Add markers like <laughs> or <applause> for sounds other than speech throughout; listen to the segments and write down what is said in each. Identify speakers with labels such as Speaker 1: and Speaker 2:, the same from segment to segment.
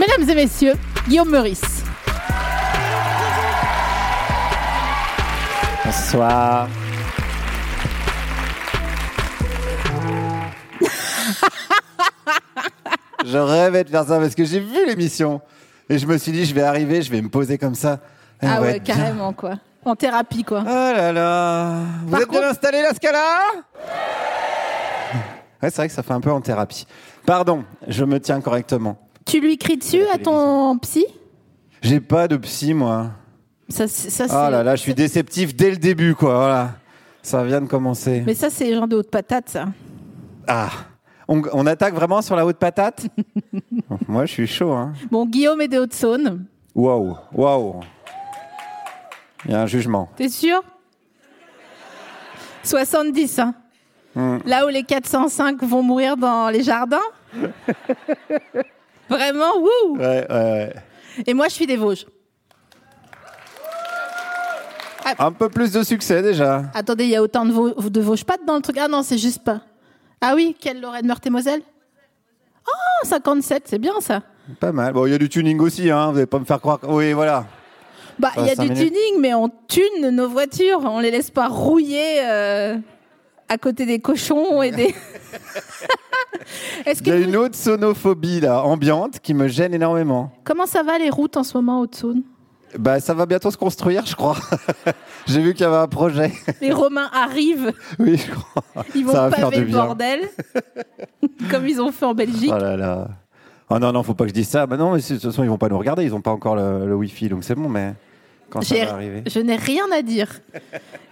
Speaker 1: Mesdames et messieurs, Guillaume Meurice. <laughs>
Speaker 2: Bonsoir. je rêvais de faire ça parce que j'ai vu l'émission. Et je me suis dit, je vais arriver, je vais me poser comme ça. Et on
Speaker 1: Ah
Speaker 2: va
Speaker 1: ouais,
Speaker 2: être bien.
Speaker 1: carrément quoi. En thérapie quoi.
Speaker 2: Oh là là. Vous
Speaker 1: Par
Speaker 2: êtes
Speaker 1: contre-
Speaker 2: bien installé, la Scala Ouais, c'est vrai que ça fait un peu en thérapie. Pardon, je me tiens correctement.
Speaker 1: Tu lui cries dessus à ton psy
Speaker 2: J'ai pas de psy, moi.
Speaker 1: ça, c'est- ça,
Speaker 2: Oh
Speaker 1: c'est-
Speaker 2: là là, je suis déceptif dès le début, quoi. Voilà. Ça vient de commencer.
Speaker 1: Mais ça, c'est le genre de haute patate, ça.
Speaker 2: Ah, on, on attaque vraiment sur la haute patate Moi, je suis chaud. Hein.
Speaker 1: Bon, Guillaume est de Haute-Saône.
Speaker 2: Waouh, waouh. Il y a un jugement.
Speaker 1: T'es sûr 70, hein.
Speaker 2: Hmm.
Speaker 1: Là où les 405 vont mourir dans les jardins Vraiment, wouh
Speaker 2: Ouais, ouais, ouais.
Speaker 1: Et moi, je suis des Vosges.
Speaker 2: Un peu plus de succès déjà.
Speaker 1: Attendez, il y a autant de, Vau- de Vosges pattes dans le truc Ah non, c'est juste pas. Ah oui, quelle Lorraine, Meurthe et Moselle Oh, 57, c'est bien ça.
Speaker 2: Pas mal. Bon, il y a du tuning aussi, hein. Vous n'allez pas me faire croire. que- Oui, voilà.
Speaker 1: Bah, il y a
Speaker 2: cinq
Speaker 1: du
Speaker 2: minutes.
Speaker 1: tuning, mais on tune nos voitures. On les laisse pas rouiller euh, à côté des cochons et des. <laughs> Est-ce
Speaker 2: Il
Speaker 1: que
Speaker 2: y a
Speaker 1: vous-
Speaker 2: une autre sonophobie là, ambiante, qui me gêne énormément.
Speaker 1: comment ça va les routes en ce moment haute Saône
Speaker 2: Bah, ça va bientôt se construire, je crois. <laughs> J'ai vu qu'il y avait un projet. <laughs>
Speaker 1: Les Romains arrivent,
Speaker 2: oui, je crois.
Speaker 1: ils vont
Speaker 2: ça va faire
Speaker 1: paver
Speaker 2: du
Speaker 1: le
Speaker 2: bien.
Speaker 1: bordel, <laughs> comme ils ont fait en Belgique.
Speaker 2: Oh là là. Oh non, non, faut pas que je dise ça. Bah non, mais de toute façon, ils vont pas nous regarder. Ils ont pas encore le, le Wi-Fi, donc c'est bon, mais quand ça
Speaker 1: J'ai-
Speaker 2: va arriver.
Speaker 1: Je n'ai rien à dire,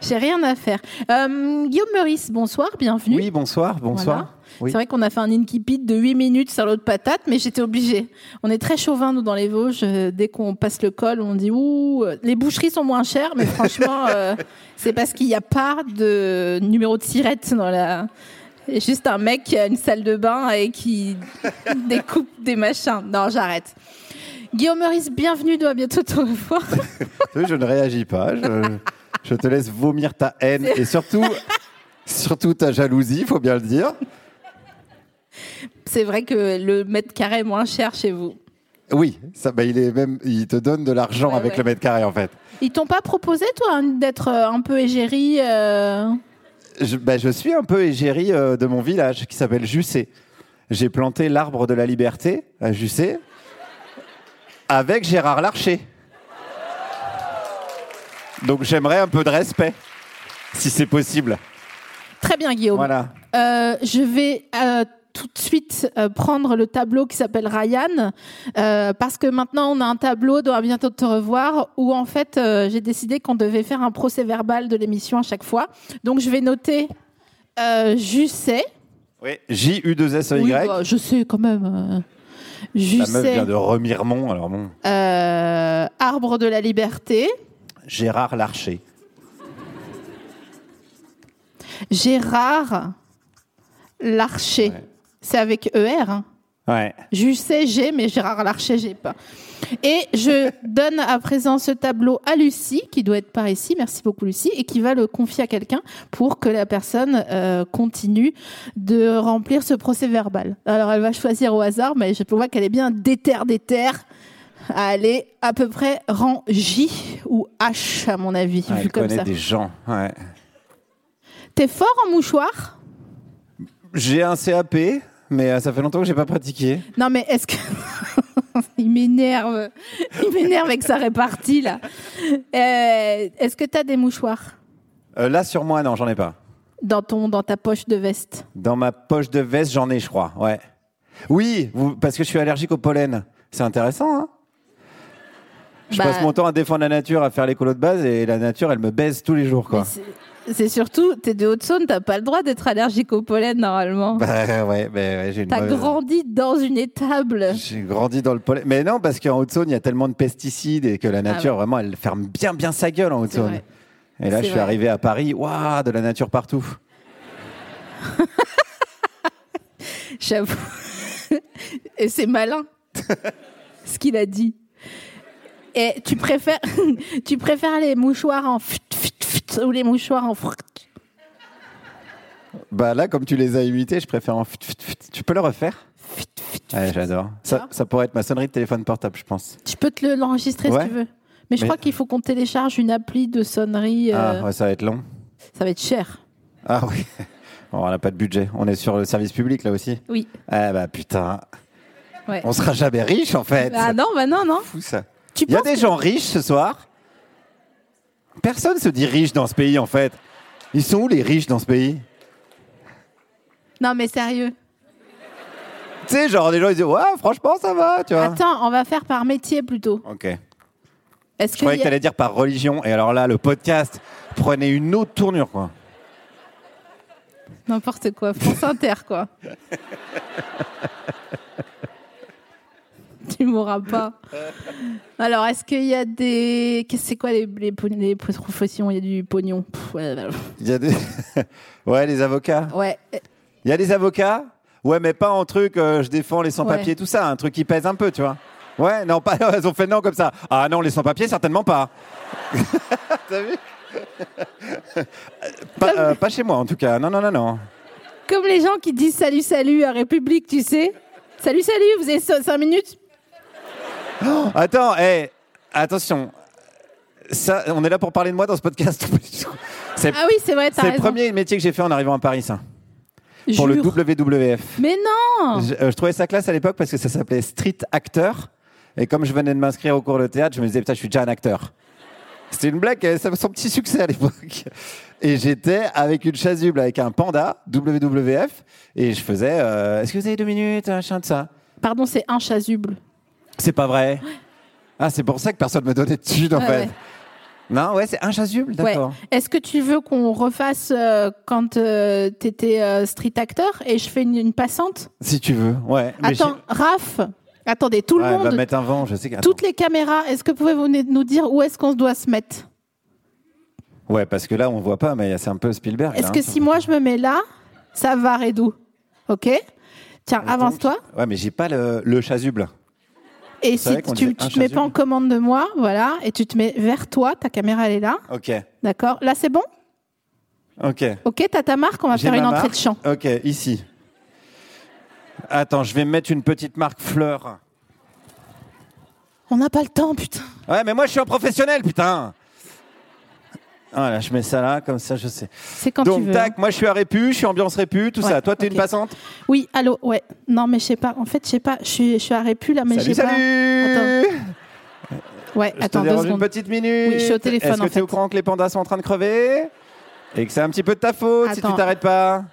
Speaker 1: j'ai rien à faire. Euh, Guillaume Meurice, bonsoir, bienvenue.
Speaker 2: Oui, bonsoir, bonsoir. Oui.
Speaker 1: C'est vrai qu'on a fait un incipit de 8 minutes sur l'autre patate, mais j'étais obligée. On est très chauvin, nous, dans les Vosges. Euh, Dès qu'on passe le col, on dit Ouh, euh, les boucheries sont moins chères, mais franchement, euh, c'est parce qu'il n'y a pas de numéro de sirette dans la. Et Juste un mec qui a une salle de bain et qui découpe des machins. Non, j'arrête. Guillaume Meurice, bienvenue, nous, à bientôt te revoir.
Speaker 2: Oui, <laughs> je ne réagis pas. Je, je te laisse vomir ta haine et surtout, surtout ta jalousie, faut bien le dire.
Speaker 1: C'est vrai que le mètre carré est moins cher chez vous.
Speaker 2: Oui, ça, bah, il est même, il te donne de l'argent
Speaker 1: Ouais,
Speaker 2: avec
Speaker 1: ouais.
Speaker 2: le mètre carré en fait.
Speaker 1: Ils t'ont pas proposé, toi, hein, d'être euh, un peu égérie euh,
Speaker 2: Je, bah, je suis un peu égérie euh, de mon village qui s'appelle Jussé. J'ai planté l'arbre de la liberté à Jussé avec Gérard Larcher. Donc j'aimerais un peu de respect, si c'est possible.
Speaker 1: Très bien, Guillaume.
Speaker 2: Voilà.
Speaker 1: Euh, je vais euh, tout de suite euh, prendre le tableau qui s'appelle Ryan, euh, parce que maintenant on a un tableau de À bientôt de te revoir, où en fait euh, j'ai décidé qu'on devait faire un procès verbal de l'émission à chaque fois. Donc je vais noter euh, Jusset.
Speaker 2: Oui. J-U-2-S-E-Y.
Speaker 1: Oui, bah, je sais quand même. euh,
Speaker 2: la E meuf
Speaker 1: Jusset,
Speaker 2: vient de Remiremont, alors bon.
Speaker 1: euh, Arbre de la Liberté,
Speaker 2: Gérard Larcher.
Speaker 1: Gérard Larcher.
Speaker 2: Ouais.
Speaker 1: C'est avec ER. hein.
Speaker 2: Ouais.
Speaker 1: Jussé, j'ai, mais Gérard Larcher, j'ai pas. Et je donne à présent ce tableau à Lucie, qui doit être par ici, merci beaucoup Lucie, et qui va le confier à quelqu'un pour que la personne euh, continue de remplir ce procès verbal. Alors elle va choisir au hasard, mais je vois qu'elle est bien déterre déterre à aller à peu près rang J ou H, à mon avis, vu
Speaker 2: Ouais, Ah, elle
Speaker 1: comme
Speaker 2: connaît
Speaker 1: ça.
Speaker 2: des gens. Ouais.
Speaker 1: T'es fort en mouchoir
Speaker 2: J'ai un CAP, mais euh, ça fait longtemps que j'ai pas pratiqué.
Speaker 1: Non, mais est-ce que. <laughs> Il m'énerve. Il m'énerve avec sa répartie, là. Euh, est-ce que tu as des mouchoirs
Speaker 2: Euh, là, sur moi, non, j'en ai pas.
Speaker 1: dans, ton, dans ta poche de veste
Speaker 2: Dans ma poche de veste, j'en ai, je crois. Ouais. Oui, vous- parce que je suis allergique au pollen. C'est intéressant, hein Je
Speaker 1: Bah,
Speaker 2: passe mon temps à défendre la nature, à faire les colos de base, et la nature, elle me baise tous les jours, quoi.
Speaker 1: mais c'est- C'est surtout, t'es de Haute-Saône, t'as pas le droit d'être allergique au pollen normalement.
Speaker 2: <laughs> Bah ouais, bah ouais, j'ai une
Speaker 1: t'as
Speaker 2: mauvaise-
Speaker 1: grandi dans une
Speaker 2: <laughs>
Speaker 1: étable.
Speaker 2: J'ai grandi dans le pollen. Mais non, parce qu'en Haute-Saône, il y a tellement de pesticides et que la nature, vraiment, elle ferme bien, bien sa gueule en
Speaker 1: Ah C'est
Speaker 2: Haute-Saône.
Speaker 1: vrai.
Speaker 2: Et là,
Speaker 1: C'est
Speaker 2: je suis
Speaker 1: vrai.
Speaker 2: arrivé à Paris, waouh, de la nature partout.
Speaker 1: J'avoue. Et c'est malin, ce qu'il a dit. Et tu préfères, <laughs> tu préfères les mouchoirs en fut, fut, fut, ou les mouchoirs en fruit
Speaker 2: Bah là, comme tu les as imités, je préfère en fut, fut, fut. Tu peux le refaire Ouais, j'adore. Ça, ça pourrait être ma sonnerie de téléphone portable, je pense.
Speaker 1: Je peux te le- l'enregistrer
Speaker 2: Ouais.
Speaker 1: si tu veux. Mais je
Speaker 2: Mais-
Speaker 1: crois qu'il faut qu'on télécharge une appli de sonnerie. euh,
Speaker 2: Ah, ouais, ça va être long.
Speaker 1: Ça va être cher.
Speaker 2: Ah oui. Bon, on n'a pas de budget. On est sur le service public, là aussi.
Speaker 1: Oui.
Speaker 2: Ah bah putain.
Speaker 1: Ouais.
Speaker 2: On sera jamais riche, en fait.
Speaker 1: Ah non, bah non, non.
Speaker 2: C'est fou, ça.
Speaker 1: Tu
Speaker 2: Il y a
Speaker 1: penses
Speaker 2: des
Speaker 1: que-
Speaker 2: gens riches ce soir. Personne se dit riche dans ce pays, en fait. Ils sont où les riches dans ce pays
Speaker 1: Non, mais sérieux.
Speaker 2: Tu sais, genre, des gens, ils disent Ouais, franchement, ça va, tu vois.
Speaker 1: Attends, on va faire par métier plutôt.
Speaker 2: Ok. Je
Speaker 1: Est-ce que
Speaker 2: croyais
Speaker 1: y
Speaker 2: que
Speaker 1: a-
Speaker 2: t'allais dire par religion. Et alors là, le podcast prenait une autre tournure, quoi.
Speaker 1: n'importe quoi, France Inter
Speaker 2: <laughs>
Speaker 1: quoi. tu m'auras pas. Alors, est-ce qu'il y a des Qu'est-ce que c'est quoi les les, pogn- les professions Il y a du pognon. Pff, ouais, voilà.
Speaker 2: Il y a des. <laughs> ouais, les avocats.
Speaker 1: ouais. euh,
Speaker 2: Il y a des avocats Ouais, mais pas en truc, euh, je défends les sans-papiers,
Speaker 1: Ouais.
Speaker 2: tout ça, un truc qui pèse un peu, tu vois. Ouais, non, pas, <laughs> elles ont fait non comme ça. Ah non, les sans-papiers, certainement
Speaker 1: <laughs>
Speaker 2: pas. T'as vu pas, euh, pas chez moi, en tout cas. Non, non, non, non.
Speaker 1: Comme les gens qui disent salut salut à République, tu sais. Salut salut, vous avez 5 minutes
Speaker 2: Attends, hé, attention. Ça, on est là pour parler de moi dans ce podcast. <laughs> C'est
Speaker 1: Ah oui, c'est vrai, t'as
Speaker 2: c'est le
Speaker 1: raison.
Speaker 2: premier métier que j'ai fait en arrivant à Paris, ça. Pour le
Speaker 1: Jure.
Speaker 2: WWF.
Speaker 1: Mais non
Speaker 2: Je, euh, je trouvais ça classe à l'époque parce que ça s'appelait street acteur. Et comme je venais de m'inscrire au cours de théâtre, je me disais, putain, je suis déjà un acteur. C'était une blague qui avait son son petit succès à l'époque. Et j'étais avec une chasuble, avec un panda, WWF, et je faisais, euh, est-ce que vous avez deux minutes, un chien de ça
Speaker 1: Pardon, c'est un chasuble.
Speaker 2: C'est pas vrai. Ah, c'est pour ça que personne me donnait de thunes, en
Speaker 1: Ouais,
Speaker 2: fait.
Speaker 1: ouais.
Speaker 2: Non, ouais, c'est un chasuble,
Speaker 1: Ouais.
Speaker 2: d'accord.
Speaker 1: Est-ce que tu veux qu'on refasse euh, quand euh, t'étais euh, street acteur et je fais une, une passante
Speaker 2: Si tu veux, ouais. Mais
Speaker 1: Attends, Raph, attendez, tout
Speaker 2: je- ouais,
Speaker 1: le
Speaker 2: bah, elle va
Speaker 1: monde,
Speaker 2: mettre un vent, je sais que-
Speaker 1: toutes les caméras, est-ce que pouvez-vous nous dire où est-ce qu'on doit se mettre
Speaker 2: Ouais, parce que là, on voit pas, mais c'est un peu Spielberg. là,
Speaker 1: Est-ce
Speaker 2: hein.
Speaker 1: que si moi je me mets là, ça va, Redou Ok Tiens, avance-toi.
Speaker 2: Ouais, mais Ah, j'ai pas le, le chasuble.
Speaker 1: Et
Speaker 2: C'est
Speaker 1: si
Speaker 2: vrai qu'on
Speaker 1: tu ne
Speaker 2: disait un
Speaker 1: te mets
Speaker 2: chasuble.
Speaker 1: pas en commande de moi, voilà, et tu te mets vers toi, ta caméra elle est là,
Speaker 2: Ok,
Speaker 1: d'accord Là c'est bon
Speaker 2: ok.
Speaker 1: Ok, t'as ta marque, on va
Speaker 2: J'ai
Speaker 1: faire
Speaker 2: ma
Speaker 1: une entrée
Speaker 2: marque.
Speaker 1: de chant.
Speaker 2: Ok, ici. Attends, je vais mettre une petite marque fleur.
Speaker 1: On n'a pas le temps, putain.
Speaker 2: Ouais, mais moi je suis un professionnel, putain. Voilà, je mets ça là, comme ça je sais.
Speaker 1: C'est quand tu
Speaker 2: Donc
Speaker 1: veux.
Speaker 2: tac,
Speaker 1: hein.
Speaker 2: moi je suis à Répu, je suis ambiance Répu, tout
Speaker 1: Ouais,
Speaker 2: ça. Toi t'es
Speaker 1: ok.
Speaker 2: une passante.
Speaker 1: Oui, allô, ouais. Non, mais je sais pas. En fait, je sais pas. Je suis, je suis à Répu là, mais
Speaker 2: salut,
Speaker 1: j'ai pas.
Speaker 2: salut.
Speaker 1: Ouais,
Speaker 2: Je
Speaker 1: attends
Speaker 2: te
Speaker 1: deux
Speaker 2: dérange une
Speaker 1: secondes.
Speaker 2: petite minute.
Speaker 1: Oui, je suis au téléphone,
Speaker 2: Est-ce que
Speaker 1: en
Speaker 2: t'es au
Speaker 1: fait.
Speaker 2: courant que les pandas sont en train de crever et que c'est un petit peu de ta faute si tu
Speaker 1: Attends.
Speaker 2: t'arrêtes pas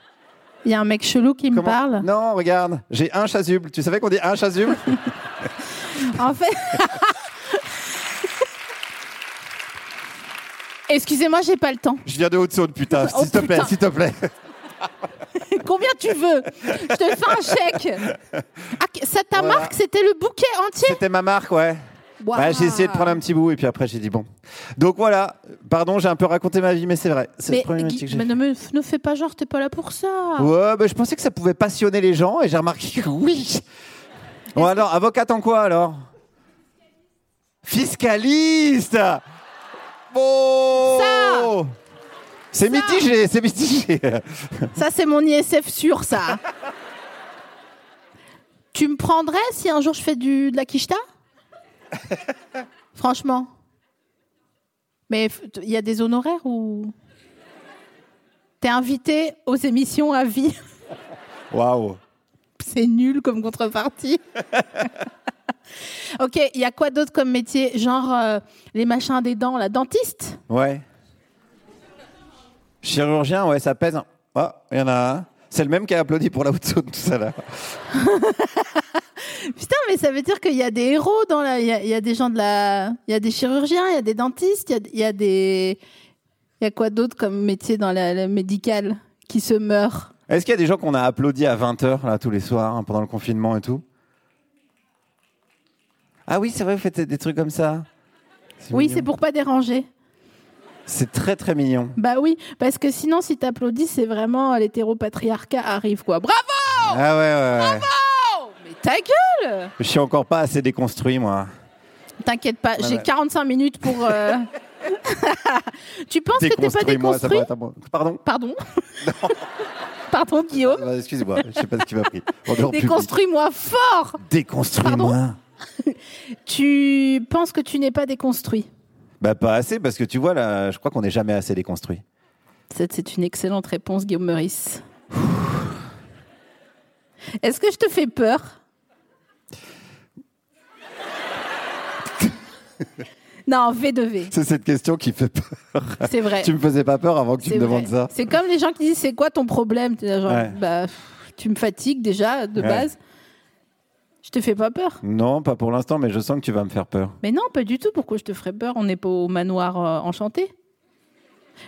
Speaker 1: Il y a un mec chelou qui me
Speaker 2: Comment-
Speaker 1: parle.
Speaker 2: Non, regarde, j'ai un chasuble. Tu savais qu'on dit un chasuble
Speaker 1: <laughs> En fait. Excusez-moi, j'ai pas le temps. <laughs>
Speaker 2: Je viens de Haute-Saône, putain.
Speaker 1: Oh,
Speaker 2: S'il te plaît,
Speaker 1: putain.
Speaker 2: s'il
Speaker 1: <laughs>
Speaker 2: te plaît.
Speaker 1: Combien tu veux Je te fais un chèque. Ah, que- ça, ta
Speaker 2: Voilà.
Speaker 1: marque, c'était le bouquet entier
Speaker 2: C'était ma marque, ouais.
Speaker 1: Waouh.
Speaker 2: Ouais, j'ai essayé de prendre un petit bout et puis après j'ai dit bon. Donc voilà, pardon, j'ai un peu raconté ma vie, mais c'est vrai. C'est le
Speaker 1: Mais,
Speaker 2: premier métier
Speaker 1: Guy- hein.
Speaker 2: que j'ai
Speaker 1: mais
Speaker 2: fait.
Speaker 1: ne, me, ne fais pas genre, t'es pas là pour ça.
Speaker 2: Ouais, bah, je pensais que ça pouvait passionner les gens et j'ai remarqué que <laughs> oui. Bon, alors, avocate en quoi alors Fiscaliste Bon
Speaker 1: Ça
Speaker 2: C'est mitigé, c'est mitigé. <laughs>
Speaker 1: Ça, c'est mon ISF sûr, ça. tu me prendrais si un jour je fais du, de la quicheta Franchement. Mais f- t- il y a des honoraires ou. T'es invité aux émissions à vie. <laughs>
Speaker 2: Waouh
Speaker 1: C'est nul comme contrepartie. <laughs> ok, il y a quoi d'autre comme métier Genre euh, les machins des dents, la dentiste
Speaker 2: Ouais. Chirurgien, ouais, ça pèse. Oh, il y en a un. C'est le même qui a applaudi pour la haute zone tout à l'heure.
Speaker 1: Putain, mais ça veut dire qu'il y a des héros dans la. Il y, a- il y a des gens de la. Il y a des chirurgiens, il y a des dentistes, il y a- il y, a des. Il y a quoi d'autre comme métier dans la, la médicale qui se meurt
Speaker 2: Est-ce qu'il y a des gens qu'on a applaudi à 20h là tous les soirs hein, pendant le confinement et tout Ah oui, c'est vrai, vous faites des trucs comme ça.
Speaker 1: Oui,
Speaker 2: mignon.
Speaker 1: c'est pour pas déranger.
Speaker 2: C'est très très mignon.
Speaker 1: Bah oui, parce que sinon, si t'applaudis, c'est vraiment euh, l'hétéropatriarcat arrive, quoi. Bravo
Speaker 2: Ah ouais, ouais, ouais.
Speaker 1: Mais ta gueule
Speaker 2: Je suis encore pas assez déconstruit moi.
Speaker 1: T'inquiète pas, j'ai
Speaker 2: ouais.
Speaker 1: 45 minutes pour. euh,
Speaker 2: <laughs>
Speaker 1: tu penses que t'es pas
Speaker 2: Déconstruis-moi, ça
Speaker 1: déconstruit
Speaker 2: doit être un bon- Pardon <laughs>
Speaker 1: Pardon. Pardon, Guillaume.
Speaker 2: Ah, Excuse-moi, je sais pas ce qui
Speaker 1: <laughs>
Speaker 2: m'a pris. On est en public.
Speaker 1: Déconstruis-moi fort
Speaker 2: Déconstruis-moi.
Speaker 1: Tu penses que tu n'es pas déconstruit
Speaker 2: Bah pas assez parce que tu vois là, je crois qu'on n'est jamais assez déconstruit.
Speaker 1: C'est c'est une excellente réponse, Guillaume Meurice. Est-ce que je te fais
Speaker 2: <laughs>
Speaker 1: peur Non, V2V,
Speaker 2: C'est cette question qui fait peur.
Speaker 1: c'est vrai.
Speaker 2: Tu me faisais pas peur avant que tu
Speaker 1: C'est
Speaker 2: me
Speaker 1: vrai.
Speaker 2: demandes ça.
Speaker 1: C'est comme les gens qui disent c'est quoi ton problème T'es là, genre,
Speaker 2: Ouais.
Speaker 1: bah, pff, Tu me fatigues déjà de
Speaker 2: Ouais.
Speaker 1: base. Je te fais pas peur.
Speaker 2: Non, pas pour l'instant, mais je sens que tu vas me faire peur.
Speaker 1: Mais non, pas du tout. Pourquoi je te ferais peur On n'est pas au manoir euh, enchanté.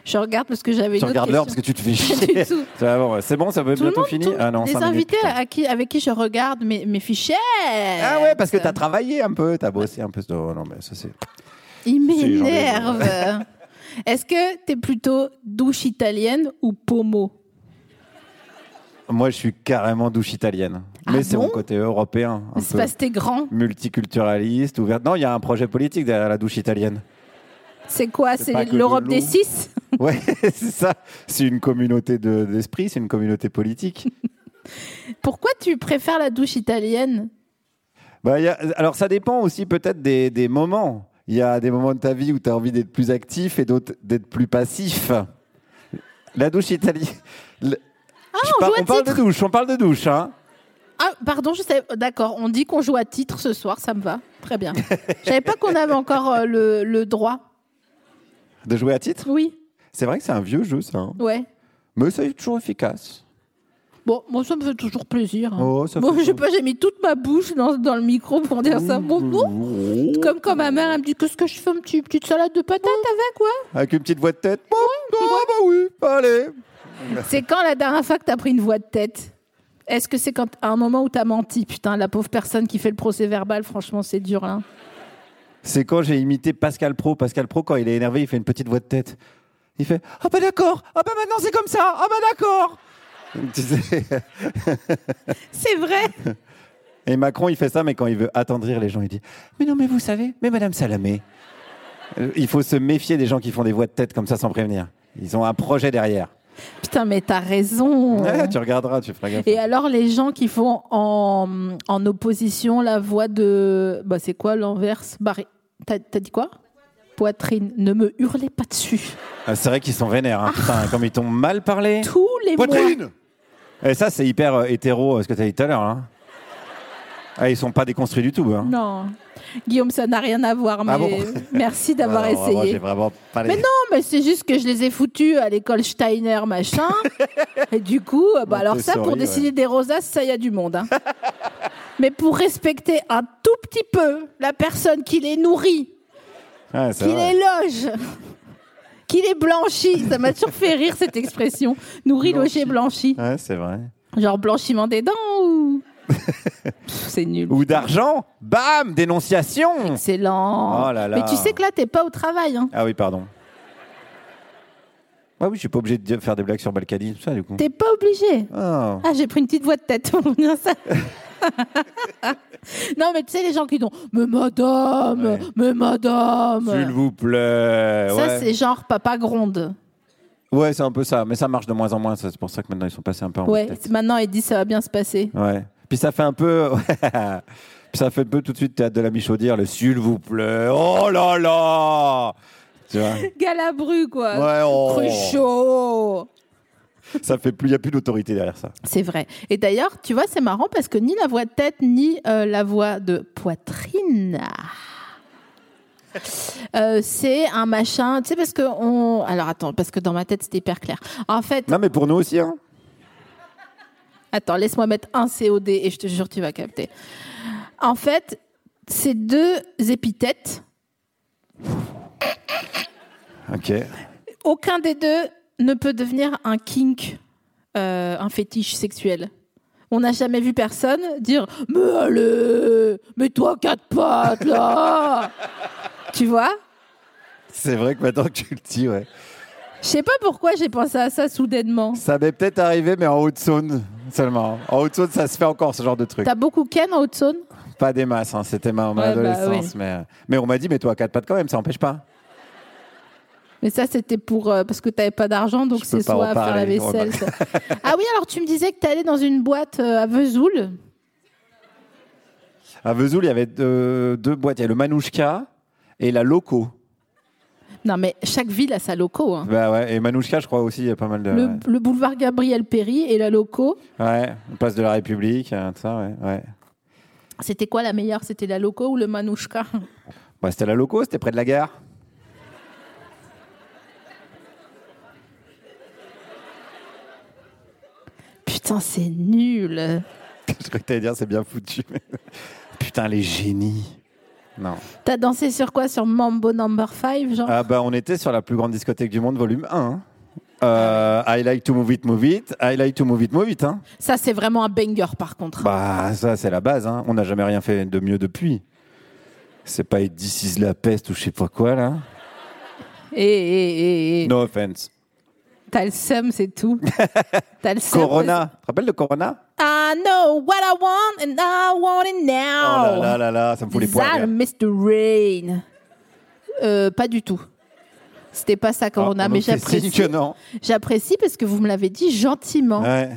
Speaker 1: Je regarde parce que j'avais une
Speaker 2: Tu
Speaker 1: autre
Speaker 2: regardes l'heure parce
Speaker 1: question.
Speaker 2: que tu te fais
Speaker 1: Pas <laughs> du
Speaker 2: chier.
Speaker 1: tout.
Speaker 2: Ça va, bon, C'est bon, ça peut être
Speaker 1: Tout le
Speaker 2: bientôt
Speaker 1: monde,
Speaker 2: fini
Speaker 1: tout le
Speaker 2: Ah non,
Speaker 1: les
Speaker 2: cinq minutes,
Speaker 1: invités
Speaker 2: putain.
Speaker 1: à qui, avec qui je regarde mes, mes fichiers.
Speaker 2: Ah ouais, parce que
Speaker 1: Euh.
Speaker 2: t'as travaillé un peu, t'as bossé un peu. Oh non, mais ça c'est.
Speaker 1: Ils
Speaker 2: Si, j'en ai- hein.
Speaker 1: m'énervent. <laughs> Est-ce que t'es plutôt douche italienne ou pomo
Speaker 2: Moi, je suis carrément douche italienne. mais
Speaker 1: Ah
Speaker 2: c'est
Speaker 1: bon
Speaker 2: mon côté européen, un
Speaker 1: C'est
Speaker 2: peu
Speaker 1: parce que t'es grand.
Speaker 2: multiculturaliste, ouvert. Non, il y a un projet politique derrière la
Speaker 1: <laughs>
Speaker 2: douche italienne.
Speaker 1: C'est quoi
Speaker 2: C'est
Speaker 1: C'est
Speaker 2: pas que de
Speaker 1: l'Europe des
Speaker 2: l'eau.
Speaker 1: six <laughs>
Speaker 2: Ouais, <laughs> c'est ça. C'est une communauté de- d'esprit, c'est une communauté politique.
Speaker 1: Pourquoi tu préfères la douche italienne
Speaker 2: Bah, il y a- alors, ça dépend aussi peut-être des, des moments. Il y a des moments de ta vie où tu as envie d'être plus actif et d'autres d'être plus passif. La douche italienne.
Speaker 1: Ah, on joue à
Speaker 2: on parle de
Speaker 1: titre.
Speaker 2: douche, on parle de douche. Hein.
Speaker 1: Ah, pardon, je sais. D'accord, on dit qu'on joue à titre ce soir, ça me va. Très
Speaker 2: <laughs>
Speaker 1: bien. Je savais pas qu'on avait encore euh, le, le droit.
Speaker 2: De jouer à titre.
Speaker 1: Oui,
Speaker 2: C'est vrai que c'est un vieux jeu, ça. hein.
Speaker 1: ouais.
Speaker 2: Mais ça est toujours efficace.
Speaker 1: Bon, moi, ça me fait toujours plaisir. hein.
Speaker 2: Oh, ça
Speaker 1: bon,
Speaker 2: fait
Speaker 1: je sais pas, j'ai mis toute ma bouche dans, dans le micro pour dire ça. Bon,
Speaker 2: Mmh.
Speaker 1: bon.
Speaker 2: Oh.
Speaker 1: Comme quand ma mère, elle me dit Qu'est-ce que je fais Une petite, petite salade de patates hein? avec, ouais.
Speaker 2: Avec une petite voix de tête. Bon, ah bah oui, allez.
Speaker 1: C'est quand la dernière fois que t'as pris une voix de tête Est-ce que c'est quand à un moment où t'as menti Putain, la pauvre personne qui fait le procès verbal, franchement, c'est dur, hein. là.
Speaker 2: C'est quand j'ai imité Pascal Pro. Pascal Pro, quand il est énervé, il fait une petite voix de tête. Il fait Ah bah d'accord, ah bah maintenant c'est comme ça, ah bah d'accord. Tu sais,
Speaker 1: <laughs> C'est vrai
Speaker 2: Et Macron, il fait ça, mais quand il veut attendrir les gens, il dit Mais non, mais vous savez, mais Madame Salamé. Euh, Il faut se méfier des gens qui font des voix de tête comme ça sans prévenir. Ils ont un projet derrière.
Speaker 1: Putain, mais t'as raison.
Speaker 2: Ouais, tu regarderas, tu feras gaffe.
Speaker 1: Et alors, les gens qui font en, en opposition la voix de. Bah, c'est quoi l'inverse Barré. T'as t'as dit quoi Poitrine. Ne me hurlez pas dessus.
Speaker 2: Ah, C'est vrai qu'ils sont vénères, hein, putain, comme ils t'ont mal parlé.
Speaker 1: Ah. Tous les mois.
Speaker 2: Et ça, c'est hyper euh, hétéro, euh, ce que tu as dit tout à l'heure. hein. Ah, ils sont pas déconstruits du tout. hein.
Speaker 1: Non. Guillaume, ça n'a rien à voir, mais
Speaker 2: Ah bon <laughs>
Speaker 1: merci d'avoir
Speaker 2: Alors, vraiment,
Speaker 1: essayé.
Speaker 2: j'ai vraiment pas les-
Speaker 1: Mais non, mais c'est juste que je les ai foutus à l'école Steiner, machin.
Speaker 2: <laughs>
Speaker 1: Et du coup, euh, bah, alors ça, pour
Speaker 2: Montessori,
Speaker 1: dessiner
Speaker 2: ouais.
Speaker 1: des rosaces, ça, il y a du monde. hein. mais pour respecter un tout petit peu la personne qui les nourrit,
Speaker 2: Ouais, c'est
Speaker 1: qu'il
Speaker 2: vrai.
Speaker 1: les loge, qu'il les blanchit. Ça m'a toujours fait rire, cette expression. Nourri, logé, blanchi.
Speaker 2: Ouais, c'est vrai.
Speaker 1: Genre blanchiment des dents
Speaker 2: <laughs>
Speaker 1: ou... Pff, c'est nul.
Speaker 2: Ou d'argent, bam, dénonciation.
Speaker 1: C'est lent.
Speaker 2: Oh là là.
Speaker 1: Mais tu sais que là, t'es pas au travail. hein.
Speaker 2: Ah oui, pardon. Ah oui, je suis pas obligé de dire- faire des blagues sur Balkany, tout ça, du coup.
Speaker 1: T'es pas obligé.
Speaker 2: Ah.
Speaker 1: Ah, j'ai pris une petite voix de tête. on revient à ça. <laughs> Non, mais tu sais, les gens qui disent Mais madame,
Speaker 2: Ouais.
Speaker 1: mais madame.
Speaker 2: S'il vous plaît.
Speaker 1: Ça,
Speaker 2: ouais.
Speaker 1: c'est genre papa gronde.
Speaker 2: Ouais, c'est un peu ça. Mais ça marche de moins en moins. ça. C'est pour ça que maintenant, ils sont passés un peu en
Speaker 1: Ouais,
Speaker 2: tête.
Speaker 1: maintenant, il dit Ça va bien se passer.
Speaker 2: Ouais. Puis ça fait un peu. <laughs> Puis ça fait un peu tout de suite théâtre de la Michaudière, le s'il vous plaît. Oh là là Tu vois
Speaker 1: Galabru, quoi.
Speaker 2: Ouais, oh.
Speaker 1: Cruchot.
Speaker 2: Ça fait plus. Il n'y a plus d'autorité derrière ça.
Speaker 1: C'est vrai. Et d'ailleurs, tu vois, c'est marrant parce que ni la voix de tête, ni euh, la voix de poitrine. Euh, c'est un machin, tu sais, parce que on. Alors attends, parce que dans ma tête c'était hyper clair. En fait,
Speaker 2: Non, mais pour nous aussi, hein.
Speaker 1: Attends, laisse-moi mettre un COD et je te jure, tu vas capter. En fait, ces deux épithètes,
Speaker 2: Ok.
Speaker 1: aucun des deux ne peut devenir un kink, euh, un fétiche sexuel. On n'a jamais vu personne dire Mais allez, mets-toi quatre pattes
Speaker 2: <laughs>
Speaker 1: là Tu vois
Speaker 2: C'est vrai que maintenant que tu le dis, ouais.
Speaker 1: Je sais pas pourquoi j'ai pensé à ça soudainement.
Speaker 2: Ça m'est peut-être arrivé, mais en Haute-Saône seulement. En Haute-Saône, ça se fait encore ce genre de truc.
Speaker 1: T'as beaucoup Ken en Haute-Saône
Speaker 2: Pas des masses, hein. c'était ma,
Speaker 1: Ouais,
Speaker 2: ma
Speaker 1: bah,
Speaker 2: adolescence. mais, euh, mais on m'a dit, mais toi, à quatre pattes quand même, ça n'empêche pas.
Speaker 1: Mais ça, c'était pour euh, parce que t'avais pas d'argent, donc
Speaker 2: Je
Speaker 1: c'est
Speaker 2: peux pas
Speaker 1: soit
Speaker 2: en
Speaker 1: à faire la
Speaker 2: parler,
Speaker 1: vaisselle. soit- ah oui, alors tu me disais que t'allais dans une boîte euh, à Vesoul.
Speaker 2: À Vesoul, il y avait deux, deux boîtes. Il y a le Manouchka et la Loco.
Speaker 1: Non, mais chaque ville a sa loco. hein.
Speaker 2: Bah ouais, et Manouchka, je crois aussi, il y a pas mal de.
Speaker 1: Le, le boulevard Gabriel Péry et la loco.
Speaker 2: Ouais, place de la République, euh, tout ça, ouais. ouais.
Speaker 1: C'était quoi la meilleure C'était la loco ou le manouchka
Speaker 2: Bah, c'était la Loco, c'était près de la gare.
Speaker 1: <laughs>
Speaker 2: <laughs>
Speaker 1: Putain, c'est nul.
Speaker 2: je croyais que t'allais dire, c'est bien foutu. mais- <laughs> Putain, les génies. Non.
Speaker 1: T'as dansé sur quoi Sur Mambo Number 5, genre
Speaker 2: Ah bah, on était sur la plus grande discothèque du monde, volume 1. hein. Euh, I like to move it, move it. I like to move it, move it. Hein.
Speaker 1: Ça, c'est vraiment un banger, par contre.
Speaker 2: Bah, ça, c'est la base. Hein. On n'a jamais rien fait de mieux depuis. C'est pas This is la peste ou je sais pas quoi, là.
Speaker 1: Eh, eh, eh, eh.
Speaker 2: No offense.
Speaker 1: T'as le seum, c'est
Speaker 2: <laughs>
Speaker 1: tout. T'as le seum.
Speaker 2: Corona. Tu te rappelles de Corona
Speaker 1: I know what I want and I want it
Speaker 2: Oh là
Speaker 1: now.
Speaker 2: là là là, ça me fout les poils.
Speaker 1: Zal, Mr. Rain. Euh, pas du tout. C'était pas ça,
Speaker 2: Ah,
Speaker 1: Corona, mais j'apprécie.
Speaker 2: que non.
Speaker 1: J'apprécie parce que vous me l'avez dit gentiment,
Speaker 2: Ouais.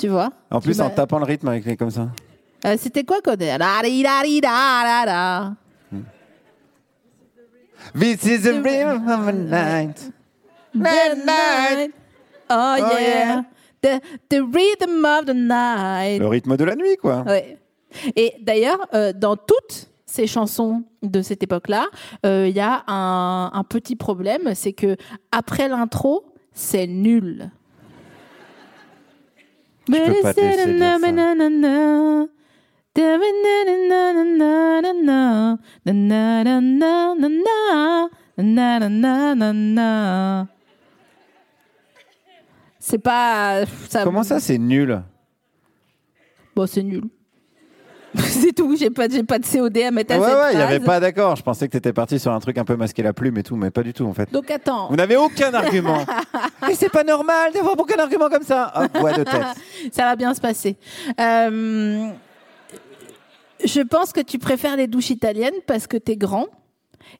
Speaker 1: tu vois.
Speaker 2: En
Speaker 1: Tu
Speaker 2: plus,
Speaker 1: m'as-
Speaker 2: en tapant le rythme avec les comme ça.
Speaker 1: Euh, C'était quoi, Corona La, di, la, di, da, da, da.
Speaker 2: This is the rhythm of the night.
Speaker 1: The night. Oh,
Speaker 2: Oh,
Speaker 1: yeah.
Speaker 2: yeah.
Speaker 1: The, the rhythm of the night.
Speaker 2: Le rythme de la nuit, quoi.
Speaker 1: Ouais. Et d'ailleurs, euh, dans toutes ces chansons de cette époque-là, euh, il y a un, un petit problème, c'est que après l'intro, c'est nul.
Speaker 2: peux pas te laisser dire ça.
Speaker 1: C'est pas ça.
Speaker 2: Comment ça, c'est nul
Speaker 1: Bon, c'est nul. <laughs> c'est tout, j'ai pas, j'ai pas de COD à mettre à
Speaker 2: Ouais,
Speaker 1: cette
Speaker 2: ouais, il n'y
Speaker 1: phrase.
Speaker 2: avait pas d'accord. Je pensais que t'étais parti sur un truc un peu masqué la plume et tout, mais pas du tout, en fait.
Speaker 1: Donc attends,
Speaker 2: Vous n'avez aucun <laughs> argument. Mais c'est pas normal d'avoir aucun argument comme ça. Ah, bois de tête.
Speaker 1: ça va bien se passer. Euh, je pense que tu préfères les douches italiennes parce que t'es grand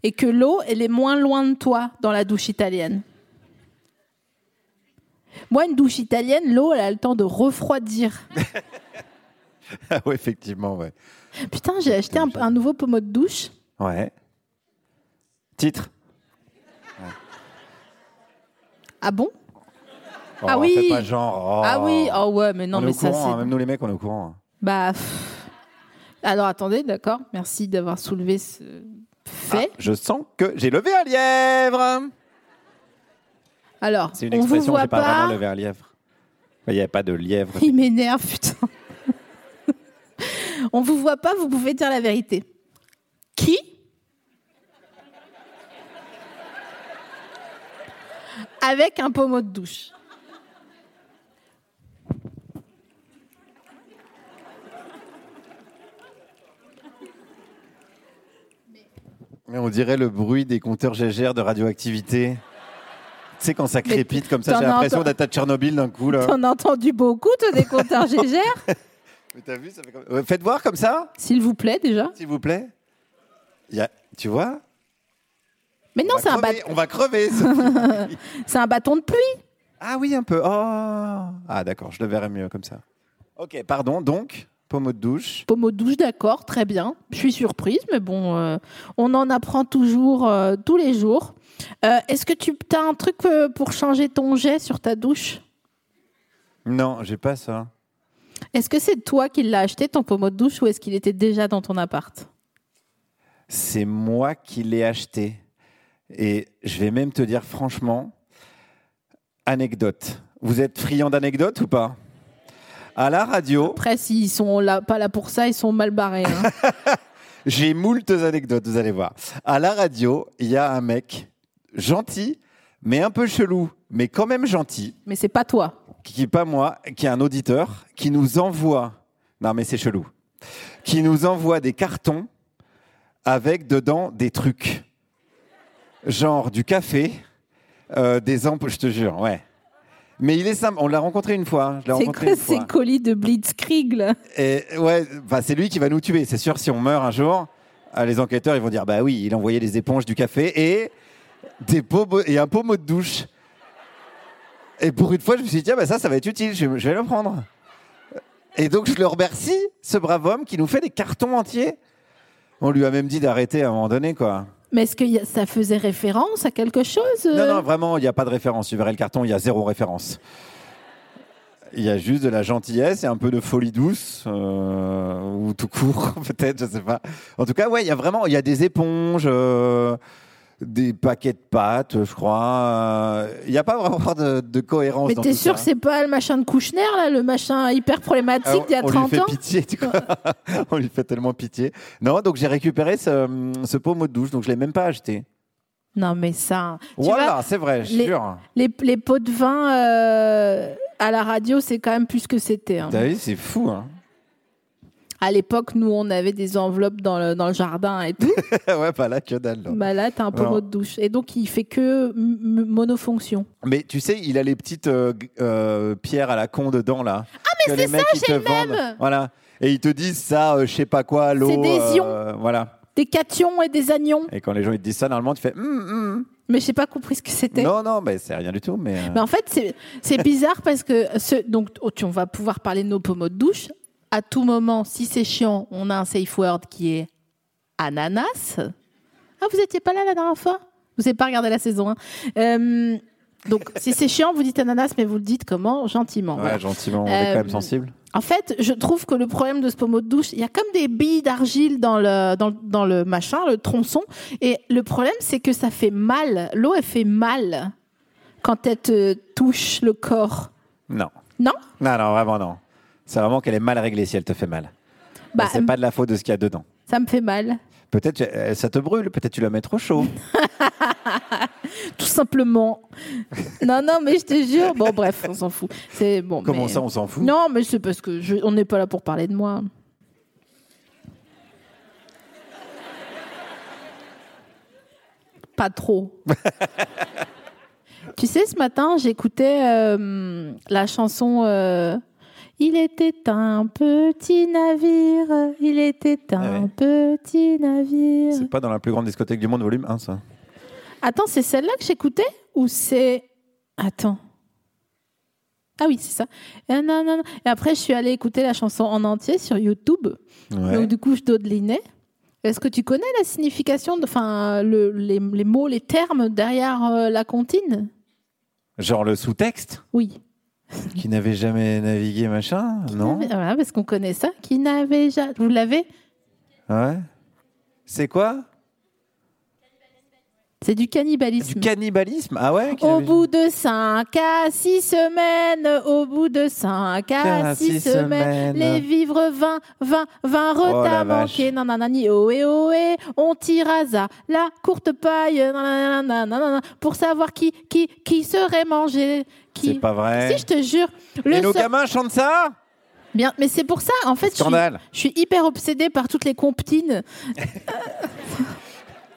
Speaker 1: et que l'eau, elle est moins loin de toi dans la douche italienne. Moi, une douche italienne, l'eau, elle a le temps de refroidir.
Speaker 2: <laughs> Ah ouais, effectivement, ouais.
Speaker 1: Putain, j'ai acheté un, un nouveau pommeau de douche.
Speaker 2: Ouais. Titre.
Speaker 1: Ah bon
Speaker 2: Oh,
Speaker 1: Ah oui.
Speaker 2: fais pas genre. oh.
Speaker 1: Ah oui, oh ouais, mais non,
Speaker 2: on est
Speaker 1: mais
Speaker 2: au
Speaker 1: ça,
Speaker 2: courant, hein.
Speaker 1: c'est
Speaker 2: même nous les mecs, on est au courant.
Speaker 1: Bah. pff. Alors attendez, d'accord. Merci d'avoir soulevé ce fait.
Speaker 2: Je sens que j'ai levé un lièvre.
Speaker 1: Alors,
Speaker 2: Ah, C'est une
Speaker 1: on vous
Speaker 2: expression,
Speaker 1: voit
Speaker 2: j'ai pas,
Speaker 1: pas.
Speaker 2: vraiment levé un lièvre. Il n'y avait pas de lièvre.
Speaker 1: <laughs> Il m'énerve, putain. on vous voit pas, vous pouvez dire la vérité. Qui Avec un pommeau de douche.
Speaker 2: Mais on dirait le bruit des compteurs GGR de radioactivité. Tu sais, quand ça
Speaker 1: Mais
Speaker 2: crépite comme ça,
Speaker 1: t'en
Speaker 2: j'ai
Speaker 1: as
Speaker 2: l'impression
Speaker 1: encore-
Speaker 2: d'être à Tchernobyl d'un coup. Là. <laughs>
Speaker 1: T'en as entendu beaucoup, toi, des compteurs GGR
Speaker 2: Mais t'as vu, ça fait comme- Ouais, Faites voir comme ça,
Speaker 1: S'il vous plaît, déjà.
Speaker 2: s'il vous plaît. Il y a- Tu vois
Speaker 1: Mais non,
Speaker 2: On va
Speaker 1: c'est un,
Speaker 2: crever,
Speaker 1: bât-
Speaker 2: On va crever.
Speaker 1: <laughs>
Speaker 2: Sophie.
Speaker 1: c'est un bâton de pluie.
Speaker 2: ah oui, un peu. Oh. Ah d'accord, je le verrai mieux comme ça. Ok, pardon. Donc, pommeau de douche.
Speaker 1: Pommeau de douche, d'accord, très bien. Je suis surprise, mais bon, euh, on en apprend toujours, euh, tous les jours. Euh, Est-ce que tu as un truc euh, pour changer ton jet sur ta douche
Speaker 2: Non, j'ai pas ça.
Speaker 1: Est-ce que c'est toi qui l'as acheté, ton pommeau de douche, ou est-ce qu'il était déjà dans ton appart
Speaker 2: C'est moi qui l'ai acheté. Et je vais même te dire franchement, anecdote. Vous êtes friand d'anecdotes ou pas À la radio,
Speaker 1: Après, s'ils sont là, pas là pour ça, ils sont mal barrés.
Speaker 2: <laughs>
Speaker 1: hein.
Speaker 2: j'ai moultes anecdotes, vous allez voir. À la radio, il y a un mec gentil, mais un peu chelou, mais quand même gentil,
Speaker 1: mais c'est pas toi.
Speaker 2: qui n'est pas moi, qui est un auditeur, qui nous envoie, non mais c'est chelou, qui nous envoie des cartons avec dedans des trucs, genre du café, euh, des ampoules, je te jure, ouais. Mais il est simple, on l'a rencontré une fois, hein, je l'ai
Speaker 1: C'est
Speaker 2: rencontré
Speaker 1: quoi
Speaker 2: une
Speaker 1: ces
Speaker 2: fois.
Speaker 1: colis de Blitzkrieg là
Speaker 2: Et ouais, enfin, c'est lui qui va nous tuer. C'est sûr, si on meurt un jour, euh, les enquêteurs ils vont dire bah oui, il envoyait des éponges, du café et des pommes- et un pommeau de douche. Et pour une fois, je me suis dit tiens, bah ça, ça va être utile. Je, vais- je vais le prendre. Et donc, je le remercie, ce brave homme qui nous fait des cartons entiers. On lui a même dit d'arrêter à un moment donné, quoi.
Speaker 1: Mais est-ce que y a- ça faisait référence à quelque chose euh
Speaker 2: Non, non, vraiment, il n'y a pas de référence. Tu verrais le carton, il y a zéro référence. Il y a juste de la gentillesse et un peu de folie douce, euh, ou tout court, <laughs> peut-être, je sais pas. En tout cas, ouais, il y a vraiment, il y a des éponges, euh, des paquets de pâtes, je crois. euh, Il n'y a pas vraiment de, de cohérence.
Speaker 1: Mais
Speaker 2: dans
Speaker 1: t'es
Speaker 2: tout
Speaker 1: sûr que
Speaker 2: ça.
Speaker 1: c'est pas le machin de Kouchner là, le machin hyper problématique
Speaker 2: Ah,
Speaker 1: d'il y a
Speaker 2: on
Speaker 1: 30
Speaker 2: lui
Speaker 1: ans
Speaker 2: fait pitié, tu vois. <laughs> on lui fait tellement pitié. Non, donc j'ai récupéré ce, ce pommeau de douche, donc je l'ai même pas acheté.
Speaker 1: Non mais ça. Tu vois,
Speaker 2: voilà, c'est vrai, je
Speaker 1: les-
Speaker 2: jure.
Speaker 1: les, les pots de vin euh, à la radio, c'est quand même plus ce que c'était. hein.
Speaker 2: T'as vu, c'est fou, hein.
Speaker 1: À l'époque, nous, on avait des enveloppes dans le, dans le jardin et tout.
Speaker 2: <laughs> ouais, pas là, que dalle. là.
Speaker 1: bah là, t'as un pommeau
Speaker 2: Alors-
Speaker 1: de douche. Et donc, il fait que m- m- monofonction.
Speaker 2: Mais tu sais, il a les petites euh, g- euh, pierres à la con dedans là. Ah mais
Speaker 1: c'est ça,
Speaker 2: j'ai
Speaker 1: le même
Speaker 2: Voilà. Et ils te disent ça, euh, je sais pas quoi, l'eau.
Speaker 1: C'est des
Speaker 2: euh,
Speaker 1: ions.
Speaker 2: voilà.
Speaker 1: Des cations et des anions.
Speaker 2: Et quand les gens ils te disent ça, normalement tu fais. Hum,
Speaker 1: Mais j'ai pas compris ce que
Speaker 2: hum.
Speaker 1: c'était.
Speaker 2: Non non, mais c'est rien du tout. Mais, euh,
Speaker 1: Mais en fait, c'est- c'est bizarre parce que ce, donc oh, tu- on va pouvoir parler de nos pommeaux de douche. À tout moment, si c'est chiant, on a un safe word qui est ananas. Ah, vous n'étiez pas là la dernière fois Vous n'avez pas regardé la saison 1 Donc, si c'est chiant, vous dites ananas, mais vous le dites comment Gentiment.
Speaker 2: ouais,
Speaker 1: voilà.
Speaker 2: gentiment, on est quand
Speaker 1: Euh,
Speaker 2: même sensible.
Speaker 1: En fait, je trouve que le problème de ce pommeau de douche, il y a comme des billes d'argile dans le, dans, le- dans le machin, le tronçon. Et le problème, c'est que ça fait mal. L'eau, elle fait mal quand elle te touche le corps.
Speaker 2: Non.
Speaker 1: Non
Speaker 2: Non non, vraiment non. C'est vraiment qu'elle est mal réglée si elle te fait mal.
Speaker 1: Bah,
Speaker 2: Mais c'est pas de la faute de ce qu'il y a dedans.
Speaker 1: ça me fait mal.
Speaker 2: Peut-être euh, ça te brûle, peut-être tu la mets trop chaud.
Speaker 1: Tout simplement. non, non, mais je te jure. Bon, bref, on s'en fout. C'est bon.
Speaker 2: Comment
Speaker 1: mais-
Speaker 2: ça, on s'en fout
Speaker 1: Non, mais c'est parce que je- on n'est pas là pour parler de moi. Pas trop. tu sais, ce matin, j'écoutais euh, la chanson. euh, il était un petit navire, il était un petit navire.
Speaker 2: C'est pas dans la plus grande discothèque du monde, volume 1, ça.
Speaker 1: Attends, c'est celle-là que j'écoutais ou c'est attends. Ah oui, c'est ça. Et, non, non, non. Et après, je suis allée écouter la chanson en entier sur YouTube.
Speaker 2: Ouais.
Speaker 1: Donc du coup, je dodelinais. Est-ce que tu connais la signification, de- enfin le- les, les mots, les termes derrière euh, la comptine
Speaker 2: Genre le sous-texte
Speaker 1: Oui.
Speaker 2: qui n'avait jamais navigué, machin, non
Speaker 1: Ah, Voilà, parce qu'on connaît ça. Qui n'avait jamais. Vous l'avez
Speaker 2: Ah Ouais. C'est quoi
Speaker 1: C'est du
Speaker 2: Du
Speaker 1: cannibalisme.
Speaker 2: cannibalisme Ah ouais qui
Speaker 1: Au
Speaker 2: avait-
Speaker 1: bout de 5 à 6 semaines, au bout de 5 à 6 semaines, les vivres 20, 20, 20 retards
Speaker 2: Oh vache.
Speaker 1: manqués, nananani, ohé, ohé, oh on tire à za, la courte paille, nananana, nanana, pour savoir qui, qui, qui serait mangé. Qui...
Speaker 2: C'est pas vrai.
Speaker 1: Si, je te jure.
Speaker 2: Et
Speaker 1: Le
Speaker 2: nos
Speaker 1: seul-
Speaker 2: gamins chantent ça
Speaker 1: Bien, mais c'est pour ça, en fait, je suis,
Speaker 2: Scandale.
Speaker 1: je suis hyper obsédée par toutes les comptines.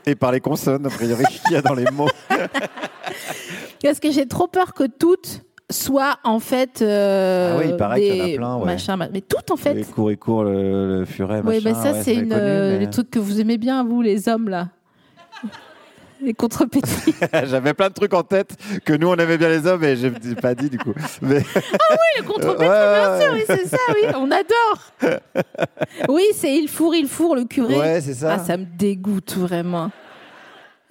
Speaker 2: Et par les <laughs> consonnes, a priori, qu'il y a dans les mots.
Speaker 1: Parce que j'ai trop peur que toutes soit en fait. euh,
Speaker 2: Ah oui, il paraît qu'il y en a
Speaker 1: des
Speaker 2: plein, ouais. Ah
Speaker 1: machins, ma- mais tout en fait.
Speaker 2: Les cours et cours, le, le furet,
Speaker 1: Oui,
Speaker 2: machin.
Speaker 1: ben ça,
Speaker 2: ouais, bah
Speaker 1: c'est
Speaker 2: je l'ai
Speaker 1: une,
Speaker 2: connu,
Speaker 1: euh,
Speaker 2: mais-
Speaker 1: les trucs que vous aimez bien, vous, les hommes, là. <laughs> les
Speaker 2: <laughs>
Speaker 1: contrepétis.
Speaker 2: <laughs> J'avais plein de trucs en tête que nous, on aimait bien les hommes et je ne pas dit
Speaker 1: <laughs>
Speaker 2: du coup. Mais
Speaker 1: les contrepétis,
Speaker 2: Ouais, ouais,
Speaker 1: bien sûr, oui, c'est ça, oui, on adore.
Speaker 2: <laughs>
Speaker 1: oui, c'est il fourre, il fourre, le curé.
Speaker 2: ouais, c'est ça.
Speaker 1: Ah, ça me dégoûte vraiment.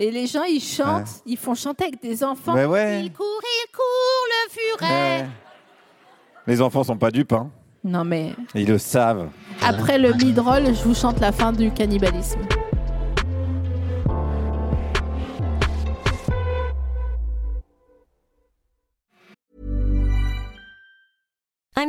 Speaker 1: Et les gens, ils chantent, ils font chanter avec des enfants.
Speaker 2: Mais ouais.
Speaker 1: Il court, il court, le furet.
Speaker 2: Ouais. <laughs> Les enfants sont pas dupes, hein.
Speaker 1: Non, mais
Speaker 2: Ils le savent.
Speaker 1: après le midroll, je vous chante la fin du cannibalisme.
Speaker 3: I'm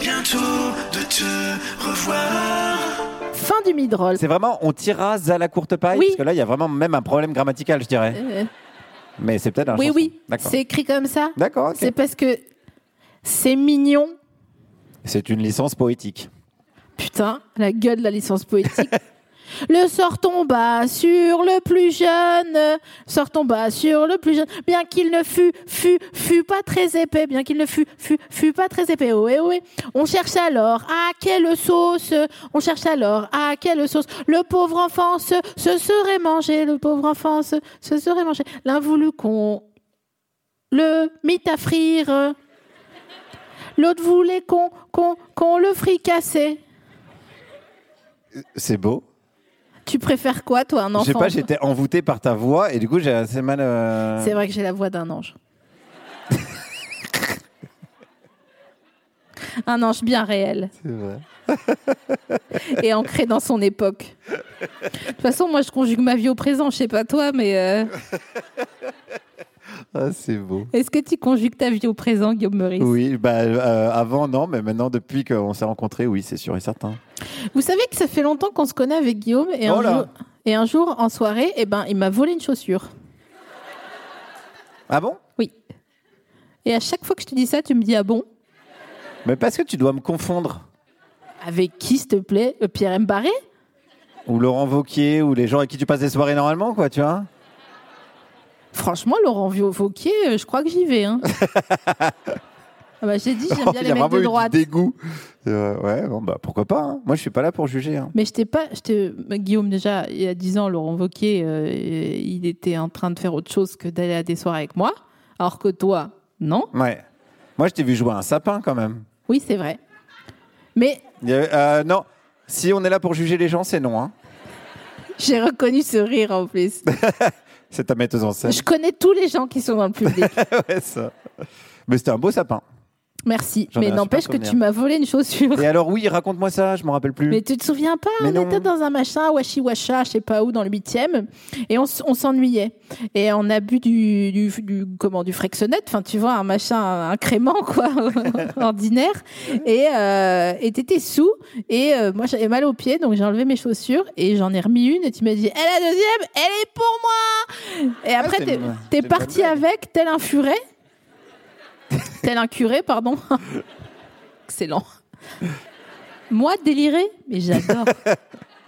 Speaker 4: bientôt de te revoir.
Speaker 1: Fin du midroll.
Speaker 2: C'est vraiment, on tira à la courte paille
Speaker 1: Oui.
Speaker 2: Parce que là, il y a vraiment même un problème grammatical, je dirais.
Speaker 1: Euh,
Speaker 2: Mais c'est peut-être un
Speaker 1: oui,
Speaker 2: chanson.
Speaker 1: oui,
Speaker 2: D'accord.
Speaker 1: c'est écrit comme ça.
Speaker 2: D'accord, ok.
Speaker 1: C'est parce que c'est mignon.
Speaker 2: C'est une licence poétique.
Speaker 1: Putain, la gueule de la licence poétique. <laughs> Le sort tomba sur le plus jeune, sort tomba sur le plus jeune, bien qu'il ne fût, fût, fût pas très épais, bien qu'il ne fût, fût, fût pas très épais, Oh, ohé, ohé. eh. On cherche alors à quelle sauce, on cherche alors à quelle sauce, le pauvre enfant se, se serait mangé, le pauvre enfant se, se serait mangé, l'invoulu qu'on le mit à frire, l'autre voulait qu'on, qu'on, qu'on le fricassait.
Speaker 2: C'est beau.
Speaker 1: Tu préfères quoi, toi, un
Speaker 2: Je
Speaker 1: enfant
Speaker 2: sais pas, j'étais envoûté par ta voix et du coup, j'ai assez mal. euh,
Speaker 1: C'est vrai que j'ai la voix d'un
Speaker 2: <laughs>
Speaker 1: ange. un ange bien réel
Speaker 2: C'est vrai.
Speaker 1: et ancré dans son époque. De toute façon, moi, je conjugue ma vie au présent. Je sais pas toi, mais euh,
Speaker 2: Ah, c'est beau.
Speaker 1: est-ce que tu conjugues ta vie au présent, Guillaume Meurice
Speaker 2: Oui, bah, euh, avant, non, mais maintenant, depuis qu'on s'est rencontrés, oui, c'est sûr et certain.
Speaker 1: Vous savez que ça fait longtemps qu'on se connaît avec Guillaume et,
Speaker 2: Oh
Speaker 1: un,
Speaker 2: là.
Speaker 1: jour, et un jour, en soirée, eh ben, il m'a volé une chaussure.
Speaker 2: Ah bon
Speaker 1: Oui. Et à chaque fois que je te dis ça, tu me dis ah bon
Speaker 2: Mais parce que tu dois me confondre.
Speaker 1: Avec qui, s'il te plaît Euh, Pierre M. Barré
Speaker 2: Ou Laurent Vauquier, ou les gens avec qui tu passes des soirées normalement, quoi, tu vois
Speaker 1: Franchement, Laurent Vau- Wauquiez, euh, je crois que j'y vais.
Speaker 2: <laughs>
Speaker 1: hein. ah bah, J'ai dit, j'aime bien les mecs de droite.
Speaker 2: dégoût. Euh, ouais, bon, bah, pourquoi pas. hein. Moi, je suis pas là pour juger. hein.
Speaker 1: Mais j'étais pas. j'étais- bah, Guillaume, déjà, il y a 10 ans, Laurent Wauquiez, euh, il était en train de faire autre chose que d'aller à des soirées avec moi. Alors que toi, non.
Speaker 2: Ouais. Moi, je t'ai vu jouer à un sapin quand même.
Speaker 1: Oui, c'est vrai. Mais
Speaker 2: Il y avait- euh, non, si on est là pour juger les gens, c'est non. hein.
Speaker 1: j'ai reconnu ce rire en plus.
Speaker 2: Bah, C'est ta metteuse en scène.
Speaker 1: je connais tous les gens qui sont dans le
Speaker 2: <laughs>
Speaker 1: public.
Speaker 2: Ouais, ça. Mais c'était un beau sapin.
Speaker 1: Merci.
Speaker 2: J'en ai
Speaker 1: Mais
Speaker 2: un
Speaker 1: n'empêche que
Speaker 2: super
Speaker 1: tu
Speaker 2: souvenir.
Speaker 1: m'as volé une chaussure.
Speaker 2: Et alors, oui, raconte-moi ça, je m'en rappelle plus.
Speaker 1: Mais tu te souviens pas,
Speaker 2: Mais
Speaker 1: on
Speaker 2: non.
Speaker 1: était dans un machin, washi washa, je sais pas où, dans le huitième, et on, s- on s'ennuyait. Et on a bu du, du, du- comment, du frexonette, enfin tu vois, un machin, un crément quoi, <laughs> ordinaire. Et euh, et t'étais sous, et euh, moi j'avais mal aux pieds, donc j'ai enlevé mes chaussures, et j'en ai remis une, et tu m'as dit, Eh, la deuxième, elle est pour moi Et après
Speaker 2: Ah, c'est
Speaker 1: t'es-
Speaker 2: une- c'est
Speaker 1: t'es
Speaker 2: une bonne
Speaker 1: parti
Speaker 2: blague.
Speaker 1: avec, tel un furet, tel un curé, pardon. Excellent. Moi, déliré, mais j'adore.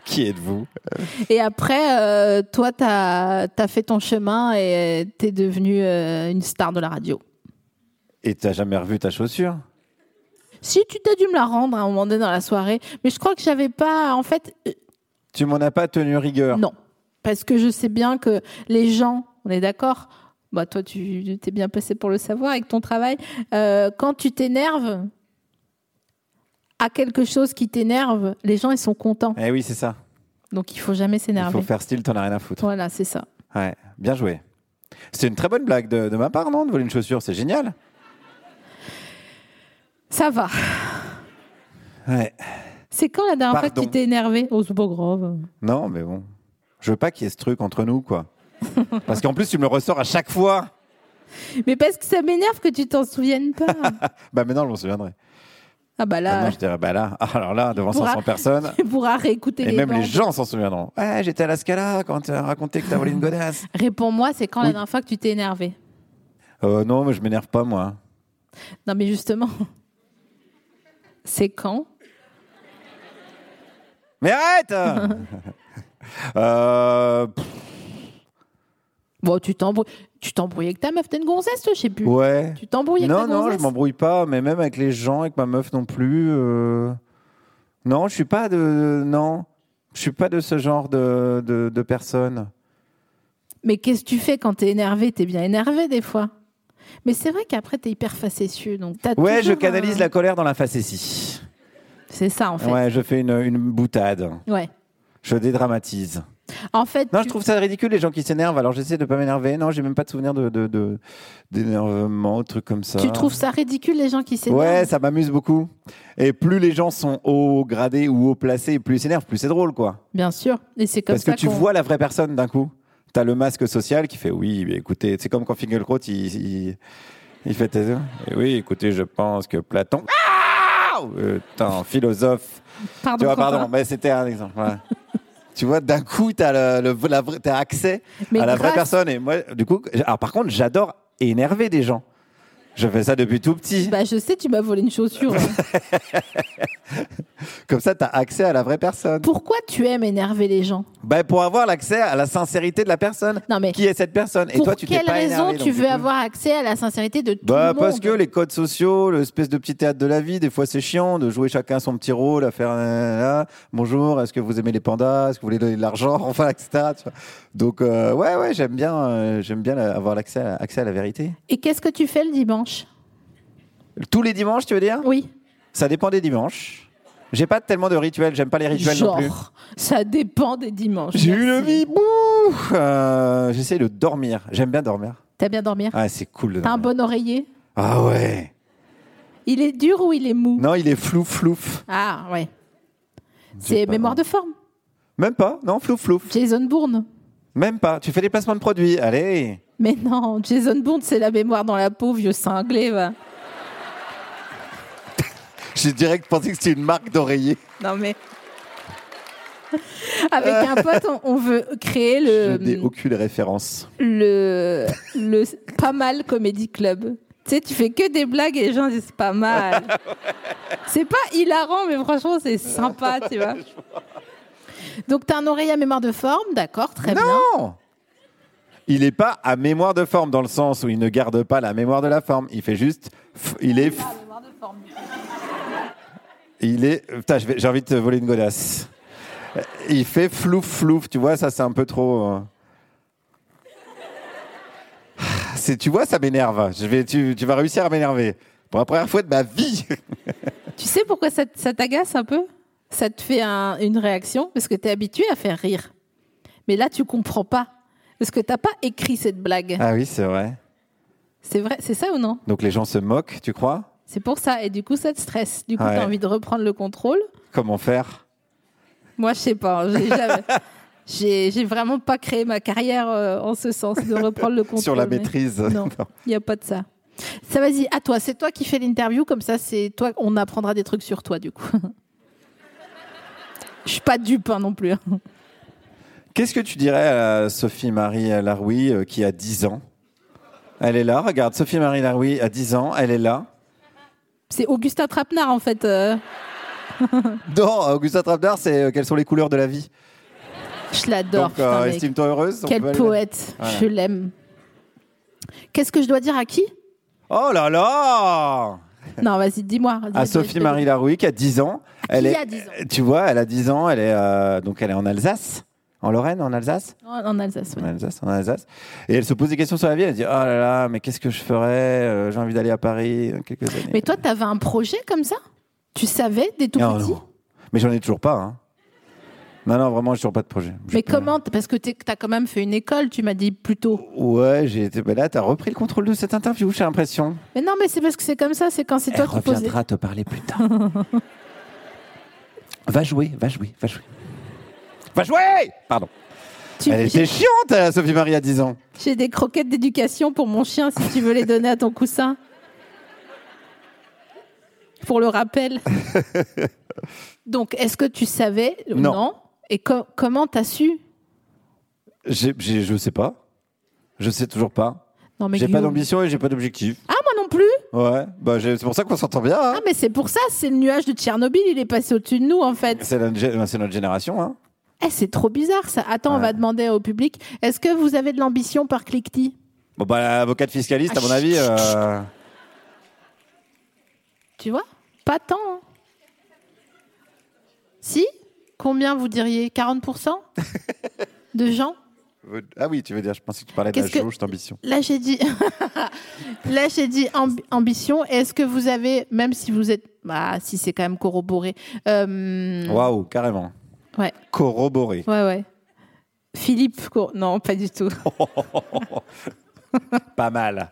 Speaker 2: Qui êtes-vous
Speaker 1: Et après, euh, toi, t'as as fait ton chemin et euh, t'es devenu euh, une star de la radio.
Speaker 2: Et t'as jamais revu ta chaussure
Speaker 1: Si tu t'as dû me la rendre à un moment donné dans la soirée, mais je crois que j'avais pas, en fait, euh,
Speaker 2: Tu m'en as pas tenu rigueur.
Speaker 1: non, parce que je sais bien que les gens, on est d'accord. Bah toi, tu t'es bien passé pour le savoir avec ton travail. euh, quand tu t'énerves à quelque chose qui t'énerve, les gens ils sont contents.
Speaker 2: Eh oui, c'est ça.
Speaker 1: Donc il faut jamais
Speaker 2: Il faut
Speaker 1: s'énerver.
Speaker 2: faire style, t'en as rien à foutre.
Speaker 1: Voilà, c'est ça.
Speaker 2: Ouais, bien joué. C'était une très bonne blague de, de ma part, non De voler une chaussure, c'est génial.
Speaker 1: Ça va.
Speaker 2: Ouais.
Speaker 1: C'est quand la dernière fois que
Speaker 2: Pardon.
Speaker 1: tu t'es énervé Oh, c'est pas grave. <laughs>
Speaker 2: Non, mais bon. Je veux pas qu'il y ait ce truc entre nous, quoi. Parce qu'en plus, tu me le ressors à chaque fois.
Speaker 1: Mais parce que ça m'énerve que tu t'en souviennes
Speaker 2: <laughs>
Speaker 1: pas.
Speaker 2: Bah maintenant, je m'en souviendrai.
Speaker 1: Ah bah là,
Speaker 2: Maintenant, je dirais, bah là, <laughs> alors là, devant
Speaker 1: tu pourras-
Speaker 2: 500 personnes.
Speaker 1: tu pourras réécouter
Speaker 2: Et
Speaker 1: <laughs> les,
Speaker 2: même les
Speaker 1: bandes.
Speaker 2: gens s'en souviendront. Ouais, j'étais à la Scala quand tu as raconté que t'as volé une godasse.
Speaker 1: Réponds-moi, c'est quand la dernière fois que tu t'es énervé
Speaker 2: Euh, non, mais je m'énerve pas, moi.
Speaker 1: Non mais justement, c'est quand <laughs>
Speaker 2: Mais arrête <laughs> Euh, pff,
Speaker 1: Bon, tu t'embrouilles, tu t'embrouilles avec ta meuf, t'es une gonzesse, toi, je sais plus.
Speaker 2: Ouais.
Speaker 1: Tu t'embrouilles avec
Speaker 2: Non,
Speaker 1: ta
Speaker 2: non, je
Speaker 1: gonzesse
Speaker 2: m'embrouille pas, mais même avec les gens, avec ma meuf non plus. euh, Non, je suis pas de. Non. Je suis pas de ce genre de, de, de personne.
Speaker 1: Mais qu'est-ce que tu fais quand t'es énervé T'es bien énervé des fois. Mais c'est vrai qu'après t'es hyper facétieux, donc t'as
Speaker 2: Ouais, je
Speaker 1: toujours,
Speaker 2: canalise
Speaker 1: euh,
Speaker 2: la colère dans la facétie.
Speaker 1: C'est ça en fait. Ouais.
Speaker 2: Ouais, je fais une, une boutade. Je dédramatise.
Speaker 1: En fait,
Speaker 2: Non,
Speaker 1: tu-
Speaker 2: je trouve ça ridicule les gens qui s'énervent. Alors j'essaie de pas m'énerver. Non, j'ai même pas de souvenir de de- de- d'énervement, de, trucs comme ça.
Speaker 1: tu trouves ça ridicule les gens qui s'énervent.
Speaker 2: Ouais, ça m'amuse beaucoup. Et plus les gens sont haut gradés ou haut placés, plus ils s'énervent, plus c'est drôle, quoi.
Speaker 1: Bien sûr. Et c'est comme
Speaker 2: Parce
Speaker 1: ça
Speaker 2: que tu
Speaker 1: qu'on-
Speaker 2: vois la vraie personne d'un coup. T'as le masque social qui fait oui, mais écoutez, c'est comme quand Finkielkraut il, il, il fait tes Et oui, écoutez, je pense que Platon. Ah Euh, Putain, philosophe.
Speaker 1: Pardon,
Speaker 2: tu vois,
Speaker 1: Quentin.
Speaker 2: pardon, mais c'était un exemple. ouais. tu vois, d'un coup, t'as le, le- la vraie- t'as accès
Speaker 1: Mais
Speaker 2: à la vraie
Speaker 1: grâce-
Speaker 2: personne. Et moi, du coup, alors par contre, j'adore énerver des gens. Je fais ça depuis tout petit.
Speaker 1: Bah je sais, tu m'as volé une
Speaker 2: <laughs>
Speaker 1: chaussure.
Speaker 2: Comme ça, t'as accès à la vraie personne.
Speaker 1: Pourquoi tu aimes énerver les gens
Speaker 2: Bah, pour avoir l'accès à la sincérité de la personne.
Speaker 1: Non, mais-
Speaker 2: qui est cette personne Et
Speaker 1: Pour
Speaker 2: toi, tu t'es
Speaker 1: quelle
Speaker 2: pas
Speaker 1: raison
Speaker 2: énervé, donc,
Speaker 1: tu
Speaker 2: du
Speaker 1: veux
Speaker 2: coup-
Speaker 1: avoir accès à la sincérité de tout le
Speaker 2: Bah,
Speaker 1: monde
Speaker 2: parce que les codes sociaux, l'espèce de petit théâtre de la vie, des fois c'est chiant de jouer chacun son petit rôle, à faire euh, là, bonjour, est-ce que vous aimez les pandas, est-ce que vous voulez donner de l'argent, <laughs> enfin, etc. tu vois. Donc, euh, ouais, ouais, j'aime bien, euh, j'aime bien la- avoir l'accès à, accès à la vérité.
Speaker 1: Et qu'est-ce que tu fais le dimanche
Speaker 2: Tous les dimanches, tu veux dire
Speaker 1: Oui.
Speaker 2: Ça dépend des dimanches. J'ai pas tellement de rituels, j'aime pas les rituels non plus.
Speaker 1: Genre, ça dépend des dimanches.
Speaker 2: J'ai eu une
Speaker 1: Merci.
Speaker 2: vie, bouh Euh, J'essaye de dormir, j'aime bien dormir.
Speaker 1: T'as bien dormi
Speaker 2: Ah, c'est cool de
Speaker 1: T'as un
Speaker 2: dormir.
Speaker 1: bon oreiller
Speaker 2: Ah ouais
Speaker 1: Il est dur ou il est mou
Speaker 2: Non, il est flou, flouf.
Speaker 1: Ah ouais.
Speaker 2: J'ai
Speaker 1: C'est
Speaker 2: pas-
Speaker 1: mémoire de forme.
Speaker 2: Même pas, non, flou, flouf.
Speaker 1: Jason Bourne.
Speaker 2: Même pas. Tu fais des placements de produits. Allez.
Speaker 1: Mais non, Jason Bourne, c'est la mémoire dans la peau, vieux cinglé. Va.
Speaker 2: J'ai direct pensé que c'était une marque d'oreiller.
Speaker 1: Non
Speaker 2: <laughs>
Speaker 1: mais. Avec un pote, on- on veut créer
Speaker 2: Je
Speaker 1: le.
Speaker 2: n'ai aucune référence.
Speaker 1: le, le pas mal comédie club. Tu sais, tu fais que des blagues et les gens disent pas
Speaker 2: <laughs>
Speaker 1: mal. c'est pas hilarant, mais franchement, c'est sympa, tu vois. Donc, t'as un oreiller à mémoire de forme, d'accord, très Ah bien.
Speaker 2: Non Il n'est pas à mémoire de forme dans le sens où il ne garde pas la mémoire de la forme. Il fait juste. f- Il est. f- Il est. Putain, je vais- j'ai envie de te voler une godasse. Euh, Il fait flouf flouf. Tu vois, ça, c'est un peu trop. euh. C'est, tu vois, ça m'énerve. Je vais, tu, tu vas réussir à m'énerver. Pour la première fois de ma vie.
Speaker 1: Tu sais pourquoi ça, t- ça t'agace un peu Ça te fait un- une réaction parce que t'es habitué à faire rire. Mais là, tu comprends pas parce que t'as pas écrit cette blague.
Speaker 2: Ah oui, c'est vrai.
Speaker 1: C'est vrai, c'est ça ou non
Speaker 2: Donc les gens se moquent, tu crois
Speaker 1: C'est pour ça. Et du coup, ça te stresse. Du coup,
Speaker 2: Ouais.
Speaker 1: t'as envie de reprendre le contrôle.
Speaker 2: Comment faire
Speaker 1: Moi, je sais pas.
Speaker 2: <laughs>
Speaker 1: J'ai jamais- J'ai j'ai vraiment pas créé ma carrière euh, en ce sens de reprendre le contrôle.
Speaker 2: <laughs> sur la
Speaker 1: mais
Speaker 2: maîtrise <laughs>
Speaker 1: Non, il n'y a pas de ça. Ça, vas-y, à toi. C'est toi qui fais l'interview, comme ça, c'est toi. On apprendra des trucs sur toi, du coup. <laughs> Je suis pas dupe hein, non plus. <laughs>
Speaker 2: Qu'est-ce que tu dirais à Sophie-Marie Laroui euh, qui a 10 ans Elle est là, regarde, Sophie-Marie Laroui a 10 ans, elle est là.
Speaker 1: C'est Augustin Trapenard en fait. euh,
Speaker 2: Non, Augustin Trapdard, c'est euh, quelles sont les couleurs de la vie
Speaker 1: je l'adore.
Speaker 2: Donc
Speaker 1: putain,
Speaker 2: euh,
Speaker 1: mec.
Speaker 2: estime-toi heureuse. on peut
Speaker 1: Quel
Speaker 2: aller-
Speaker 1: poète.
Speaker 2: Voilà.
Speaker 1: Je l'aime. Qu'est-ce que je dois dire à qui
Speaker 2: Oh là là
Speaker 1: Non, vas-y, dis-moi.
Speaker 2: À Sophie-Marie Laroui qui a 10 ans. Elle
Speaker 1: qui
Speaker 2: est,
Speaker 1: a 10 ans
Speaker 2: Tu vois, elle a 10 ans, elle est, euh, donc elle est en Alsace, en Lorraine, en Alsace
Speaker 1: En en Alsace, ouais.
Speaker 2: en Alsace, en Alsace. Et elle se pose des questions sur la vie. Elle dit Oh là là, mais qu'est-ce que je ferais Euh, J'ai envie d'aller à Paris dans quelques années.
Speaker 1: Mais toi, t'avais un projet comme ça Tu savais des tout
Speaker 2: euh, Non,
Speaker 1: petits
Speaker 2: non. Mais j'en ai toujours pas. hein. Non, non, vraiment, j'ai toujours pas de projet. Je
Speaker 1: Mais
Speaker 2: peux-
Speaker 1: comment t- Parce que t'es- t'as quand même fait une école, tu m'as dit plus tôt.
Speaker 2: Ouais, j'ai été. bah là, t'as repris le contrôle de cette interview, j'ai l'impression.
Speaker 1: Mais non, mais c'est parce que c'est comme ça, c'est quand c'est
Speaker 2: Elle
Speaker 1: toi qui poses. des-
Speaker 2: reviendra te parler
Speaker 1: <laughs>
Speaker 2: plus tard. va jouer, va jouer, va jouer. Va jouer Pardon.
Speaker 1: Tu-
Speaker 2: Elle
Speaker 1: j'ai-
Speaker 2: était chiante, euh, Sophie Marie, à 10 ans.
Speaker 1: J'ai des croquettes d'éducation pour mon chien si tu veux les donner à ton coussin. Pour le
Speaker 2: <laughs>
Speaker 1: rappel. Donc, est-ce que tu savais ou
Speaker 2: Non.
Speaker 1: Et co- comment t'as su
Speaker 2: J'ai- j'ai- je sais pas. Je sais toujours pas.
Speaker 1: Non, Oh, mais
Speaker 2: J'ai pas
Speaker 1: Guillaume-
Speaker 2: d'ambition et j'ai pas d'objectif.
Speaker 1: Ah, moi non plus
Speaker 2: Ouais, bah, j'ai- c'est pour ça qu'on s'entend bien. hein.
Speaker 1: Ah, mais c'est pour ça, c'est le nuage de Tchernobyl, il est passé au-dessus de nous en fait.
Speaker 2: C'est la- c'est notre, génération. Hein.
Speaker 1: Eh, c'est trop bizarre ça. Attends, on va demander au public est-ce que vous avez de l'ambition par cliquetis
Speaker 2: Bon, bah, l'avocat de fiscaliste,
Speaker 1: Ah,
Speaker 2: à mon
Speaker 1: chut,
Speaker 2: avis.
Speaker 1: chut,
Speaker 2: euh,
Speaker 1: Tu vois Pas tant. hein. Si Combien vous diriez 40%
Speaker 2: <laughs>
Speaker 1: de gens
Speaker 2: Ah oui, tu veux dire, je pensais que tu parlais de la
Speaker 1: Qu'est-ce que-
Speaker 2: jauge d'ambition.
Speaker 1: Là, j'ai dit, <laughs> là, j'ai dit amb- ambition. Est-ce que vous avez, même si vous êtes, bah, si c'est quand même corroboré, euh,
Speaker 2: Waouh, carrément.
Speaker 1: ouais,
Speaker 2: Corroboré.
Speaker 1: ouais, ouais. Philippe, Cor- non, pas du
Speaker 2: <laughs>
Speaker 1: tout.
Speaker 2: Pas mal.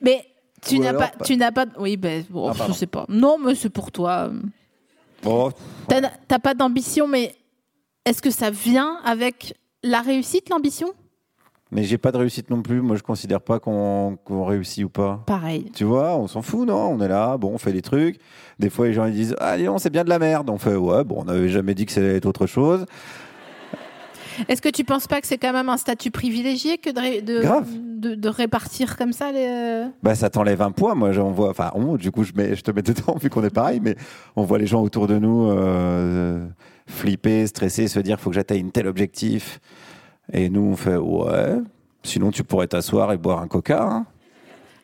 Speaker 1: Mais tu
Speaker 2: Ou
Speaker 1: n'as
Speaker 2: alors
Speaker 1: pas,
Speaker 2: pas.
Speaker 1: tu n'as pas, oui, ben, bon,
Speaker 2: Ah, pardon.
Speaker 1: je sais pas. Non, mais c'est pour toi.
Speaker 2: Bon,
Speaker 1: T'as t'as pas d'ambition, mais est-ce que ça vient avec la réussite, l'ambition
Speaker 2: mais j'ai pas de réussite non plus. Moi, je considère pas qu'on qu'on réussit ou pas.
Speaker 1: Pareil.
Speaker 2: Tu vois, on s'en fout, non On est là, bon, on fait des trucs. Des fois, les gens ils disent Ah, dis donc, c'est bien de la merde. On fait Ouais, bon, on n'avait jamais dit que c'était autre chose.
Speaker 1: Est-ce que tu penses pas que c'est quand même un statut privilégié que de, ré- de,
Speaker 2: Grave.
Speaker 1: de, de répartir comme ça les euh,
Speaker 2: Bah, ça t'enlève un poids. Moi, j'en vois. Enfin, on, du coup, je, mets, je te mets dedans, <laughs> vu qu'on est pareil, mais on voit les gens autour de nous euh, flipper, stresser, se dire Faut que j'atteigne tel objectif. Et nous, on fait Ouais, sinon, tu pourrais t'asseoir et boire un coca. hein.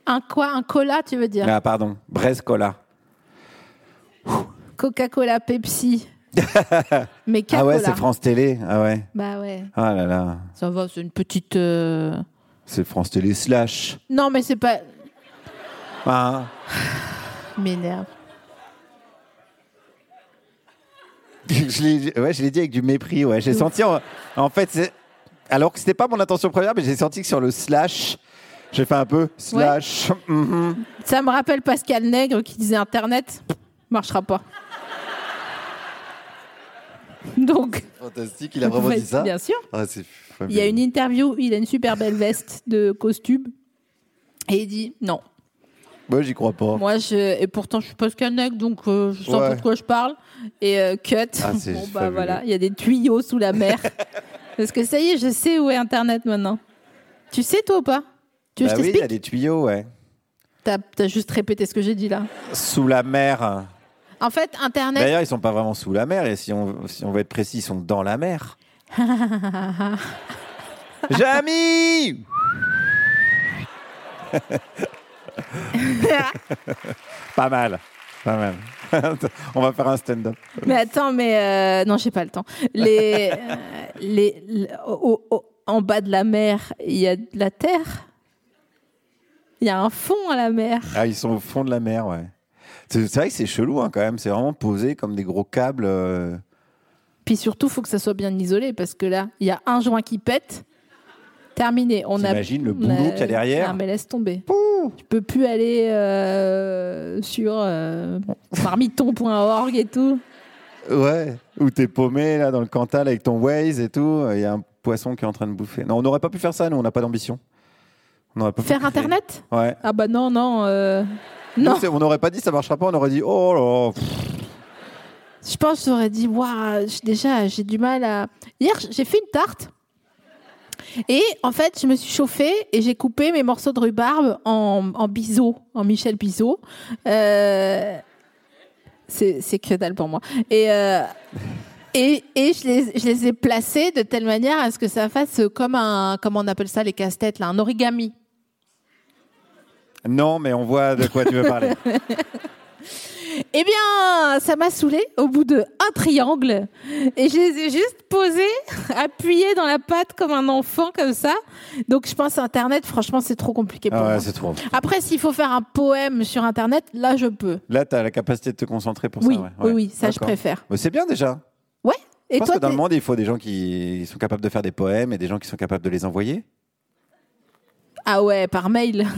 Speaker 1: Un quoi Un cola, tu veux dire
Speaker 2: Ah, pardon, Brest Cola.
Speaker 1: Coca-Cola,
Speaker 2: <laughs>
Speaker 1: Pepsi. Mais
Speaker 2: Ah
Speaker 1: Cola.
Speaker 2: ouais, c'est France Télé. Ah ouais.
Speaker 1: Bah ouais.
Speaker 2: Ah là là.
Speaker 1: Ça va, c'est une petite. euh,
Speaker 2: C'est France Télé slash.
Speaker 1: Non, mais c'est pas.
Speaker 2: Ah.
Speaker 1: M'énerve.
Speaker 2: <laughs> je l'ai ouais, je l'ai dit avec du mépris. Ouais, j'ai senti. En, en fait, c'est alors que c'était pas mon intention première, mais j'ai senti que sur le slash, j'ai fait un peu slash. mhm.
Speaker 1: Ça me rappelle Pascal Nègre qui disait Internet marchera pas. Donc,
Speaker 2: Fantastique, il a vraiment
Speaker 1: Ouais,
Speaker 2: dit ça.
Speaker 1: bien sûr.
Speaker 2: Ah, c'est
Speaker 1: il y a une interview, il a une super belle veste de costume. Et il dit non.
Speaker 2: Moi, j'y crois pas.
Speaker 1: Moi, je... et pourtant, je suis Pascal Nègre, donc euh, je sais
Speaker 2: Ouais.
Speaker 1: pas de quoi je parle. Et euh, cut.
Speaker 2: Ah, c'est
Speaker 1: bon, bah
Speaker 2: fabuleux.
Speaker 1: voilà, il y a des tuyaux sous la
Speaker 2: <laughs>
Speaker 1: mer. Parce que ça y est, je sais où est Internet maintenant. Tu sais, toi ou pas Tu veux
Speaker 2: Bah
Speaker 1: que je
Speaker 2: oui, il y a
Speaker 1: t'explique
Speaker 2: des tuyaux, ouais.
Speaker 1: T'as- T'as juste répété ce que j'ai dit là.
Speaker 2: Sous la mer.
Speaker 1: En fait, Internet.
Speaker 2: D'ailleurs, ils sont pas vraiment sous la mer. Et si on, si on veut être précis, ils sont dans
Speaker 1: <laughs>
Speaker 2: la mer.
Speaker 1: <laughs>
Speaker 2: Jamy Pas mal. Pas mal. <laughs> on va faire un stand-up.
Speaker 1: mais attends, mais. euh, Non, j'ai pas le temps.
Speaker 2: <laughs>
Speaker 1: Les, euh, les, le- au- au- en bas de la mer, il y a de la terre. Il y a un fond à la mer.
Speaker 2: Ah, ils sont au fond de la mer, ouais. C'est c'est vrai que c'est chelou hein, quand même. C'est vraiment posé comme des gros câbles. euh.
Speaker 1: Puis surtout, faut que ça soit bien isolé parce que là, il y a un joint qui pète. Terminé. On a-
Speaker 2: T'imagines le
Speaker 1: on
Speaker 2: boulot qu'il y a derrière
Speaker 1: Non, mais laisse tomber. Tu peux plus aller euh, sur euh, marmiton.org et tout.
Speaker 2: Ouais. Où t'es paumé là dans le Cantal avec ton Waze et tout. Il y a un poisson qui est en train de bouffer. Non, on n'aurait pas pu faire ça. Nous, on n'a pas d'ambition. On n'aurait pas pu
Speaker 1: Faire
Speaker 2: créer.
Speaker 1: internet
Speaker 2: Ouais.
Speaker 1: Ah bah non, non. euh,
Speaker 2: Nous,
Speaker 1: Non.
Speaker 2: c'est- on n'aurait pas dit ça marchera pas. On aurait dit oh là. pff,
Speaker 1: Je pense que j'aurais dit, waouh, j- déjà, j'ai du mal à. Hier, j- j'ai fait une tarte. Et en fait, je me suis chauffée et j'ai coupé mes morceaux de rhubarbe en, en biseau, en Michel Biseau. Euh, C'est c'est que dalle pour moi. Et, euh, et, et je, les, je les ai placés de telle manière à ce que ça fasse comme un, comment on appelle ça, les casse-têtes, là, un origami.
Speaker 2: Non, mais on voit de quoi tu veux
Speaker 1: <laughs>
Speaker 2: parler.
Speaker 1: Eh bien, ça m'a saoulé au bout de un triangle et je les ai juste posés, <laughs> appuyés dans la pâte comme un enfant comme ça. Donc je pense Internet, franchement, c'est trop compliqué pour
Speaker 2: Ah ouais,
Speaker 1: moi.
Speaker 2: c'est trop.
Speaker 1: Après, s'il faut faire un poème sur Internet, là, je peux.
Speaker 2: Là, t'as la capacité de te concentrer pour
Speaker 1: Oui,
Speaker 2: ça. ouais.
Speaker 1: oui,
Speaker 2: Ouais.
Speaker 1: oui, ça, je
Speaker 2: D'accord.
Speaker 1: préfère.
Speaker 2: Mais c'est bien déjà.
Speaker 1: Ouais.
Speaker 2: Je
Speaker 1: Et
Speaker 2: pense
Speaker 1: toi,
Speaker 2: que dans
Speaker 1: t'es-
Speaker 2: le monde, il faut des gens qui sont capables de faire des poèmes et des gens qui sont capables de les envoyer.
Speaker 1: ah ouais, par mail. <laughs>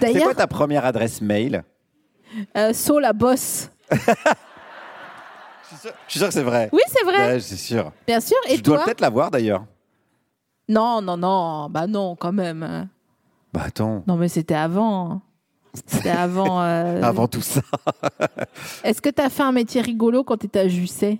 Speaker 2: C'est
Speaker 1: D'ailleurs,
Speaker 2: quoi ta première adresse mail
Speaker 1: euh, So la bosse.
Speaker 2: Je suis sûr que c'est vrai.
Speaker 1: Oui, c'est vrai.
Speaker 2: Ouais, c'est sûr.
Speaker 1: Bien sûr. Et
Speaker 2: je Bah, dois
Speaker 1: toi
Speaker 2: peut-être l'avoir d'ailleurs.
Speaker 1: Non, non, non. Bah non, quand même.
Speaker 2: Bah attends,
Speaker 1: Non, mais c'était avant. C'était avant. euh,
Speaker 2: <laughs> avant tout ça.
Speaker 1: Est-ce que t'as fait un métier rigolo quand t'étais à Jusset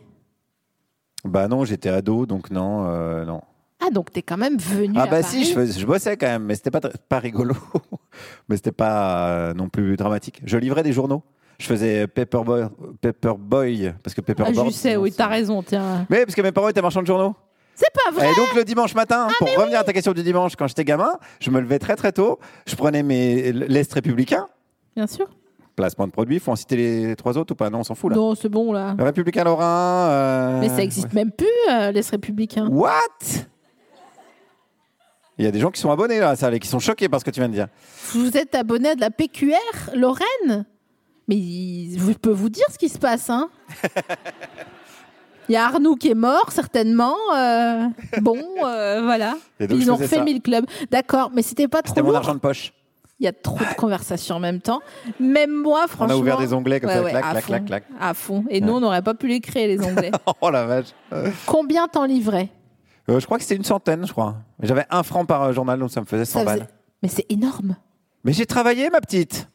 Speaker 2: bah non, j'étais ado, donc non, euh, non.
Speaker 1: Ah, donc t'es quand même venu.
Speaker 2: ah bah si, je, fais- je bossais quand même, mais c'était pas, tr- pas rigolo. <laughs> mais c'était pas euh, non plus dramatique. Je livrais des journaux. Je faisais Paperboy, Paperboy parce que
Speaker 1: Ah,
Speaker 2: Paperboard.
Speaker 1: Jusset, oui, t'as raison, tiens.
Speaker 2: Mais parce que mes parents étaient marchands de journaux.
Speaker 1: C'est pas vrai Ah,
Speaker 2: Et donc le dimanche matin, pour revenir à ta question du dimanche, quand j'étais gamin, je me levais très très tôt, je prenais mes l'Est républicain,
Speaker 1: Bien sûr.
Speaker 2: placement de produits, faut en citer les trois autres ou pas Non, on s'en fout là.
Speaker 1: Non, c'est bon, là.
Speaker 2: Le républicain lorrain. euh,
Speaker 1: Mais ça existe même plus, euh, les républicains.
Speaker 2: What Il y a des gens qui sont abonnés là, à ça, et qui sont choqués par ce que tu viens de dire.
Speaker 1: Vous êtes abonné à de la PQR, Lorraine Mais il- je peux vous dire ce qui se passe,
Speaker 2: <laughs>
Speaker 1: hein Il y a Arnoux qui est mort, certainement. euh, bon, euh, voilà.
Speaker 2: Et donc, je
Speaker 1: Ils ont
Speaker 2: faisais
Speaker 1: fait
Speaker 2: ça.
Speaker 1: 1000 clubs. D'accord, mais c'était pas trop
Speaker 2: C'était mon
Speaker 1: lourd.
Speaker 2: argent de poche.
Speaker 1: Il y a trop de conversations en même temps. Même moi,
Speaker 2: On
Speaker 1: franchement.
Speaker 2: a ouvert des onglets comme
Speaker 1: Ouais,
Speaker 2: ça,
Speaker 1: ouais,
Speaker 2: clac,
Speaker 1: à
Speaker 2: clac,
Speaker 1: fond,
Speaker 2: clac, clac.
Speaker 1: À fond. Et nous, on n'aurait pas pu les créer, les
Speaker 2: <laughs>
Speaker 1: onglets.
Speaker 2: Oh la vache.
Speaker 1: Combien t'en livrais
Speaker 2: Euh, je crois que c'était une centaine, je crois. J'avais un franc par euh, journal, donc ça me faisait 100
Speaker 1: Ça faisait-
Speaker 2: balles.
Speaker 1: Mais c'est énorme.
Speaker 2: Mais j'ai travaillé, ma petite.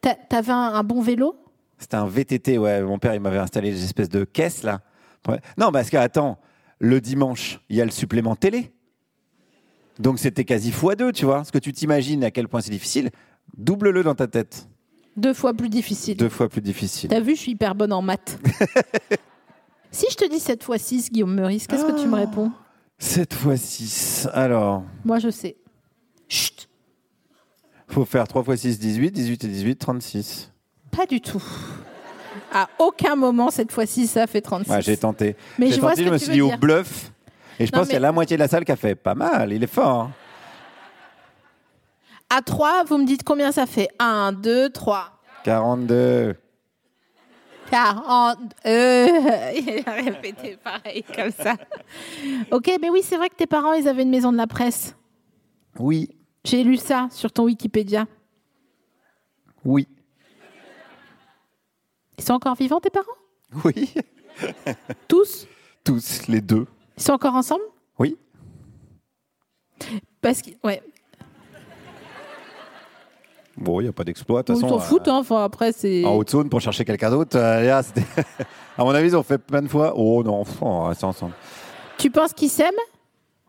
Speaker 1: T'a- T'avais un, un bon vélo
Speaker 2: C'était un VTT, ouais. Mon père, il m'avait installé des espèces de caisses, là. Ouais. Non, parce que, attends, le dimanche, il y a le supplément télé. Donc c'était quasi x2, tu vois. Ce que tu t'imagines à quel point c'est difficile, double-le dans ta tête.
Speaker 1: Deux fois plus difficile.
Speaker 2: Deux fois plus difficile.
Speaker 1: T'as vu, je suis hyper bonne en
Speaker 2: <laughs>
Speaker 1: maths. si je te dis 7 fois 6, Guillaume Meurice, qu'est-ce que tu
Speaker 2: Ah.
Speaker 1: me réponds
Speaker 2: 7 fois 6. Alors,
Speaker 1: Moi, je sais. Chut
Speaker 2: faut faire 3 fois 6, 18. 18 et 18, 36.
Speaker 1: Pas du tout. À aucun moment, cette fois-ci, ça fait 36.
Speaker 2: Ouais, j'ai tenté.
Speaker 1: Mais
Speaker 2: J'ai
Speaker 1: je vois ce
Speaker 2: tenté,
Speaker 1: que
Speaker 2: je me
Speaker 1: tu
Speaker 2: suis
Speaker 1: veux
Speaker 2: dit au
Speaker 1: dire.
Speaker 2: bluff. Et je
Speaker 1: Non,
Speaker 2: pense qu'il y a
Speaker 1: mais-
Speaker 2: la moitié de la salle qui a fait pas mal, il est fort. hein.
Speaker 1: À 3, vous me dites combien ça fait 1, 2, 3.
Speaker 2: 42.
Speaker 1: 40. <laughs> Il a répété pareil, comme ça. Ok, mais oui, c'est vrai que tes parents, ils avaient une maison de la presse.
Speaker 2: Oui,
Speaker 1: J'ai lu ça sur ton Wikipédia.
Speaker 2: oui,
Speaker 1: Ils sont encore vivants, tes parents
Speaker 2: oui.
Speaker 1: Tous
Speaker 2: <laughs> Tous, les deux.
Speaker 1: Ils sont encore ensemble
Speaker 2: Oui.
Speaker 1: Parce que, ouais,
Speaker 2: Bon, il n'y a pas d'exploit,
Speaker 1: Bon,
Speaker 2: de toute
Speaker 1: ils s'en
Speaker 2: façon.
Speaker 1: foutent,
Speaker 2: euh,
Speaker 1: hein. Enfin, après, c'est.
Speaker 2: En haute zone pour chercher quelqu'un d'autre. euh, là, c'était- <laughs> à mon avis, ils ont fait plein de fois. Oh non, on reste ensemble.
Speaker 1: Tu penses qu'ils s'aiment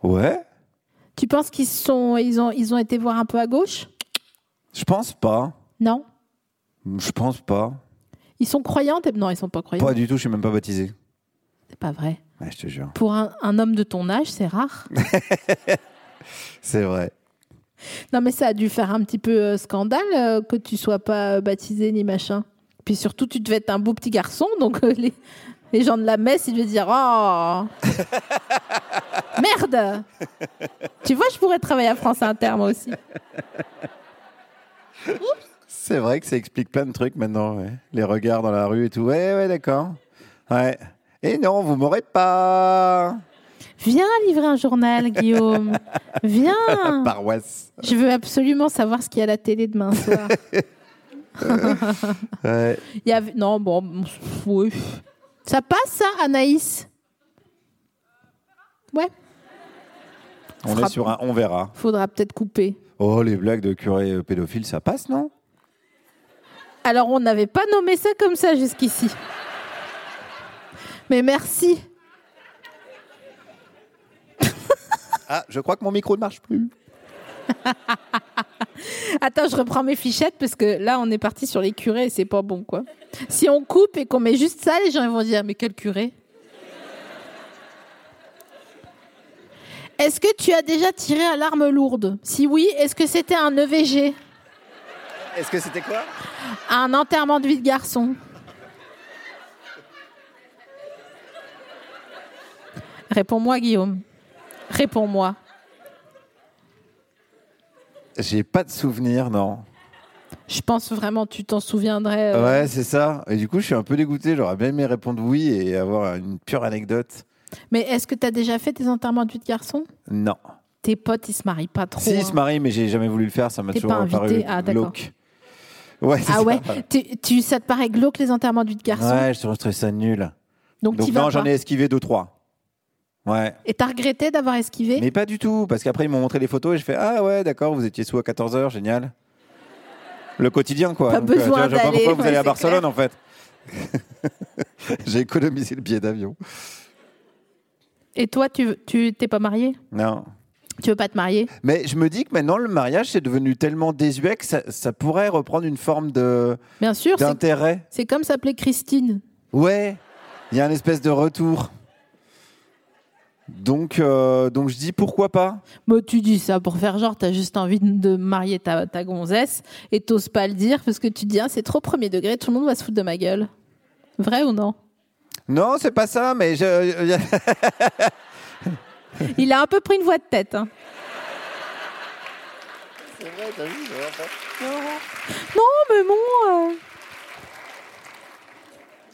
Speaker 2: Ouais,
Speaker 1: Tu penses qu'ils se sont, ils ont, ils ont été voir un peu à gauche
Speaker 2: je pense pas.
Speaker 1: Non.
Speaker 2: Je pense pas.
Speaker 1: Ils sont croyants t'es- Non, ils sont pas croyants.
Speaker 2: Pas du tout, je suis même pas baptisé.
Speaker 1: C'est pas vrai.
Speaker 2: Ouais, je te jure.
Speaker 1: Pour un, un homme de ton âge, c'est rare.
Speaker 2: C'est vrai.
Speaker 1: non, mais ça a dû faire un petit peu euh, scandale euh, que tu sois pas euh, baptisé ni machin. Puis surtout, tu devais être un beau petit garçon, donc euh, les, les gens de la messe, ils devaient dire Oh Merde Tu vois, je pourrais travailler à France Inter, moi aussi.
Speaker 2: C'est vrai que ça explique plein de trucs maintenant. ouais. Les regards dans la rue et tout. Ouais, ouais, d'accord. Ouais. Et non, vous m'aurez pas.
Speaker 1: Viens livrer un journal, Guillaume. Viens
Speaker 2: Paroisse.
Speaker 1: Je veux absolument savoir ce qu'il y a à la télé demain soir.
Speaker 2: Ouais.
Speaker 1: Il y avait- Non, bon, oui. Ça passe, ça, Anaïs Ouais,
Speaker 2: On
Speaker 1: Frappe.
Speaker 2: est sur un on verra.
Speaker 1: faudra peut-être couper.
Speaker 2: Oh, les blagues de curé euh, pédophile, ça passe, non
Speaker 1: Alors, on n'avait pas nommé ça comme ça jusqu'ici. Mais merci.
Speaker 2: Ah, je crois que mon micro ne marche plus.
Speaker 1: Attends, je reprends mes fichettes parce que là, on est parti sur les curés et c'est pas bon, quoi. Si on coupe et qu'on met juste ça, les gens ils vont dire Mais quel curé Est-ce que tu as déjà tiré à l'arme lourde Si oui, est-ce que c'était un E EVG
Speaker 2: Est-ce que c'était quoi
Speaker 1: Un enterrement de vie de garçon Réponds-moi, Guillaume. Réponds-moi.
Speaker 2: J'ai pas de souvenir, non.
Speaker 1: Je pense vraiment tu t'en souviendrais. euh,
Speaker 2: Ouais, c'est ça. Et du coup, je suis un peu dégoûté. J'aurais bien aimé répondre oui et avoir une pure anecdote.
Speaker 1: Mais est-ce que tu as déjà fait tes enterrements de vie de garçon
Speaker 2: Non.
Speaker 1: Tes potes, ils se marient pas trop.
Speaker 2: Si, il
Speaker 1: hein.
Speaker 2: se marie, mais j'ai jamais voulu le faire. Ça m'a
Speaker 1: T'es
Speaker 2: toujours
Speaker 1: pas invité.
Speaker 2: paru
Speaker 1: Ah, d'accord.
Speaker 2: glauque. Ouais, c'est
Speaker 1: Ah
Speaker 2: ça.
Speaker 1: ouais tu, tu- Ça te paraît glauque les enterrements de vie de garçon
Speaker 2: Ouais, je trouve ça nul.
Speaker 1: Donc,
Speaker 2: Donc
Speaker 1: tu vas
Speaker 2: non,
Speaker 1: pas.
Speaker 2: j'en ai esquivé deux trois. Ouais.
Speaker 1: Et t'as regretté d'avoir esquivé
Speaker 2: Mais pas du tout, parce qu'après ils m'ont montré les photos et je fais ah ouais d'accord, vous étiez sous à 14 h génial. Le quotidien quoi.
Speaker 1: Pas
Speaker 2: Donc, euh, tu
Speaker 1: besoin
Speaker 2: vois, je vois pas
Speaker 1: d'aller,
Speaker 2: pourquoi vous
Speaker 1: ouais,
Speaker 2: allez à
Speaker 1: c'est
Speaker 2: Barcelone en fait. <laughs> J'ai économisé le billet d'avion.
Speaker 1: Et toi, tu tu t'es pas marié
Speaker 2: Non.
Speaker 1: Tu veux pas te marier
Speaker 2: Mais je me dis que maintenant le mariage c'est devenu tellement désuet que ça, ça pourrait reprendre une forme de
Speaker 1: Bien sûr, c'est-
Speaker 2: d'intérêt.
Speaker 1: c'est comme s'appelait Christine.
Speaker 2: Ouais, il y a un espèce de retour. Donc, euh, donc je dis pourquoi pas.
Speaker 1: Bah, tu dis ça pour faire genre, t'as juste envie de- de marier ta, ta gonzesse et t'oses pas le dire parce que tu te dis, ah, c'est trop premier degré, tout le monde va se foutre de ma gueule. Vrai ou non
Speaker 2: Non, c'est pas ça, mais je, euh,
Speaker 1: Il a un peu pris une voix de tête. hein. Non, mais bon.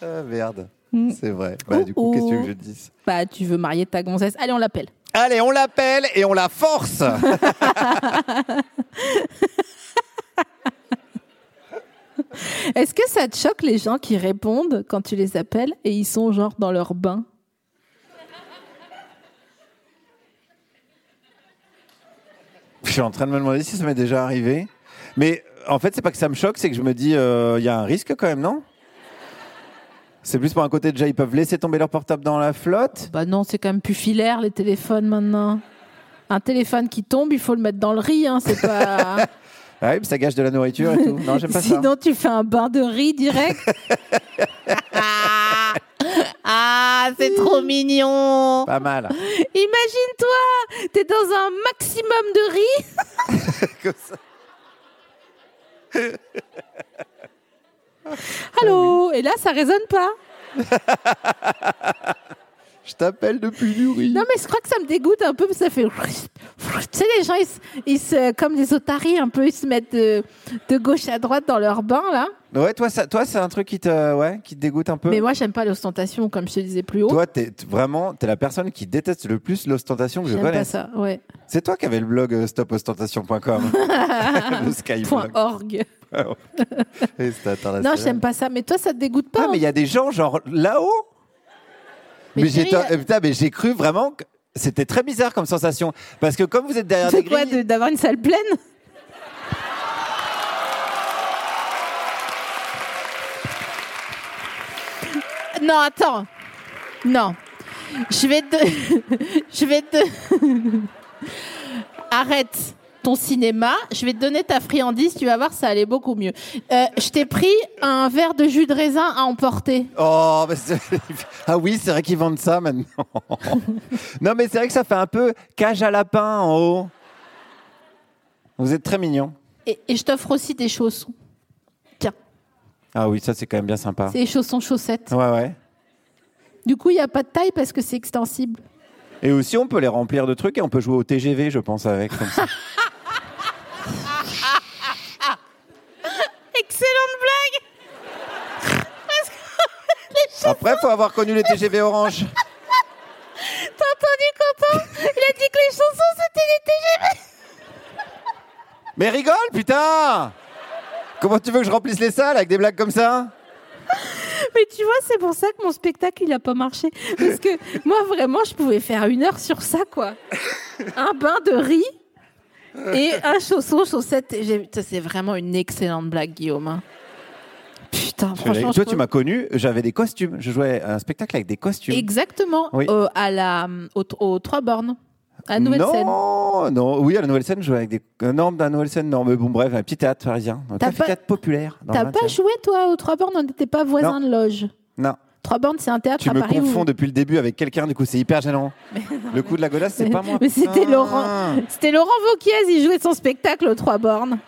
Speaker 1: euh,
Speaker 2: Ah, merde,
Speaker 1: Mm.
Speaker 2: c'est vrai. Bah, du coup,
Speaker 1: Oh,
Speaker 2: qu'est-ce que tu veux
Speaker 1: oh.
Speaker 2: que je dise
Speaker 1: Bah, tu veux marier ta gonzesse. Allez, on l'appelle.
Speaker 2: Allez, on l'appelle et on la force.
Speaker 1: Est-ce que ça te choque les gens qui répondent quand tu les appelles et ils sont genre dans leur bain
Speaker 2: <laughs> je suis en train de me demander si ça m'est déjà arrivé. Mais en fait, c'est pas que ça me choque, c'est que je me dis, euh, il y a un risque quand même, non C'est plus pour un côté déjà, ils peuvent laisser tomber leur portable dans la flotte.
Speaker 1: Bah non, c'est quand même plus filaire les téléphones maintenant. Un téléphone qui tombe, il faut le mettre dans le riz, hein, c'est <laughs> pas.
Speaker 2: Ah oui, puis ça gâche de la nourriture et tout. Non, j'aime
Speaker 1: <laughs>
Speaker 2: pas ça.
Speaker 1: Sinon, tu fais un bain de riz direct. ah, <laughs> Ah, c'est trop mignon.
Speaker 2: Pas mal.
Speaker 1: Imagine-toi, t'es dans un maximum de
Speaker 2: <laughs>
Speaker 1: riz.
Speaker 2: Ah
Speaker 1: Allô, et là, ça résonne pas.
Speaker 2: Je t'appelle depuis Yuri.
Speaker 1: Non, mais je crois que ça me dégoûte un peu, parce que ça fait. <laughs> Tu sais, les gens, ils, se- ils se, comme des otaries un peu, ils se mettent de, de gauche à droite dans leur bain, là.
Speaker 2: Ouais, toi, ça, toi, c'est un truc qui te, ouais, qui te dégoûte un peu.
Speaker 1: Mais moi, j'aime pas l'ostentation, comme je te disais plus haut.
Speaker 2: Toi, t'es t- vraiment, t'es la personne qui déteste le plus l'ostentation que je
Speaker 1: j'aime pas
Speaker 2: connais.
Speaker 1: ça, ouais.
Speaker 2: C'est toi qui avais le blog euh, stopostentation.com.
Speaker 1: <laughs>
Speaker 2: le
Speaker 1: Point
Speaker 2: skyblog. Ah,
Speaker 1: org.
Speaker 2: Et c'était international.
Speaker 1: Non, j'aime pas ça, mais toi, ça te dégoûte pas.
Speaker 2: Ah, mais il y a des gens, genre, là-haut.
Speaker 1: Mais
Speaker 2: Mais j'ai
Speaker 1: chérie,
Speaker 2: ta-
Speaker 1: euh,
Speaker 2: euh, putain, mais j'ai cru vraiment que c'était très bizarre comme sensation. Parce que comme vous êtes derrière des
Speaker 1: C'est quoi
Speaker 2: grilles...
Speaker 1: de- d'avoir une salle pleine Non, attends. Non. Je vais te. <laughs> Je vais te. <laughs> Arrête ton cinéma. Je vais te donner ta friandise. Tu vas voir, ça allait beaucoup mieux. Euh, je t'ai pris un verre de jus de raisin à emporter.
Speaker 2: Oh, bah, c'est- <laughs> ah oui, c'est vrai qu'ils vendent
Speaker 1: <laughs>
Speaker 2: ça maintenant. non, mais c'est vrai que ça fait un peu cage à lapin en haut. Vous êtes très mignons.
Speaker 1: Et, et je t'offre aussi des chaussons. Tiens,
Speaker 2: Ah oui, ça, c'est quand même bien sympa.
Speaker 1: c'est des chaussons chaussettes.
Speaker 2: Ouais, ouais.
Speaker 1: Du coup, il n'y a pas de taille parce que c'est extensible.
Speaker 2: Et aussi, on peut les remplir de trucs et on peut jouer au TGV, je pense, avec. Comme ça.
Speaker 1: Excellente blague
Speaker 2: Après, faut avoir connu les TGV orange.
Speaker 1: T'as entendu Quentin Il a dit que les chansons c'était des TGV
Speaker 2: Mais rigole, putain Comment tu veux que je remplisse les salles avec des blagues comme ça
Speaker 1: Mais tu vois, c'est pour ça que mon spectacle il a pas marché. Parce que moi vraiment, je pouvais faire une heure sur ça quoi. Un bain de riz et un chausson, chaussette. TGV. Putain, C'est vraiment une excellente blague, Guillaume. hein. Putain, franchement. je
Speaker 2: Toi,
Speaker 1: trouve-
Speaker 2: tu m'as connu, j'avais des costumes. Je jouais à un spectacle avec des costumes.
Speaker 1: Exactement,
Speaker 2: Oui.
Speaker 1: euh, à la, aux, aux trois bornes, à Nouvelle
Speaker 2: non,
Speaker 1: Seine.
Speaker 2: non, oui, à la Nouvelle Seine, je jouais avec des. euh, Non, à la Nouvelle Seine, non, mais bon, bref, un petit théâtre parisien, un
Speaker 1: T'as
Speaker 2: petit
Speaker 1: pas-
Speaker 2: théâtre populaire. dans le
Speaker 1: T'as pas
Speaker 2: 20e.
Speaker 1: joué toi aux trois bornes On n'était pas voisins de loge.
Speaker 2: Non,
Speaker 1: Trois bornes, c'est un théâtre
Speaker 2: tu
Speaker 1: à
Speaker 2: me
Speaker 1: Paris. où-
Speaker 2: confonds depuis le début avec quelqu'un, du coup, c'est
Speaker 1: <laughs>
Speaker 2: hyper gênant. le coup de la godasse, c'est pas moi. Ah.
Speaker 1: Mais c'était
Speaker 2: putain.
Speaker 1: Laurent, c'était Laurent Vauquiez, il jouait son spectacle aux Trois Bornes.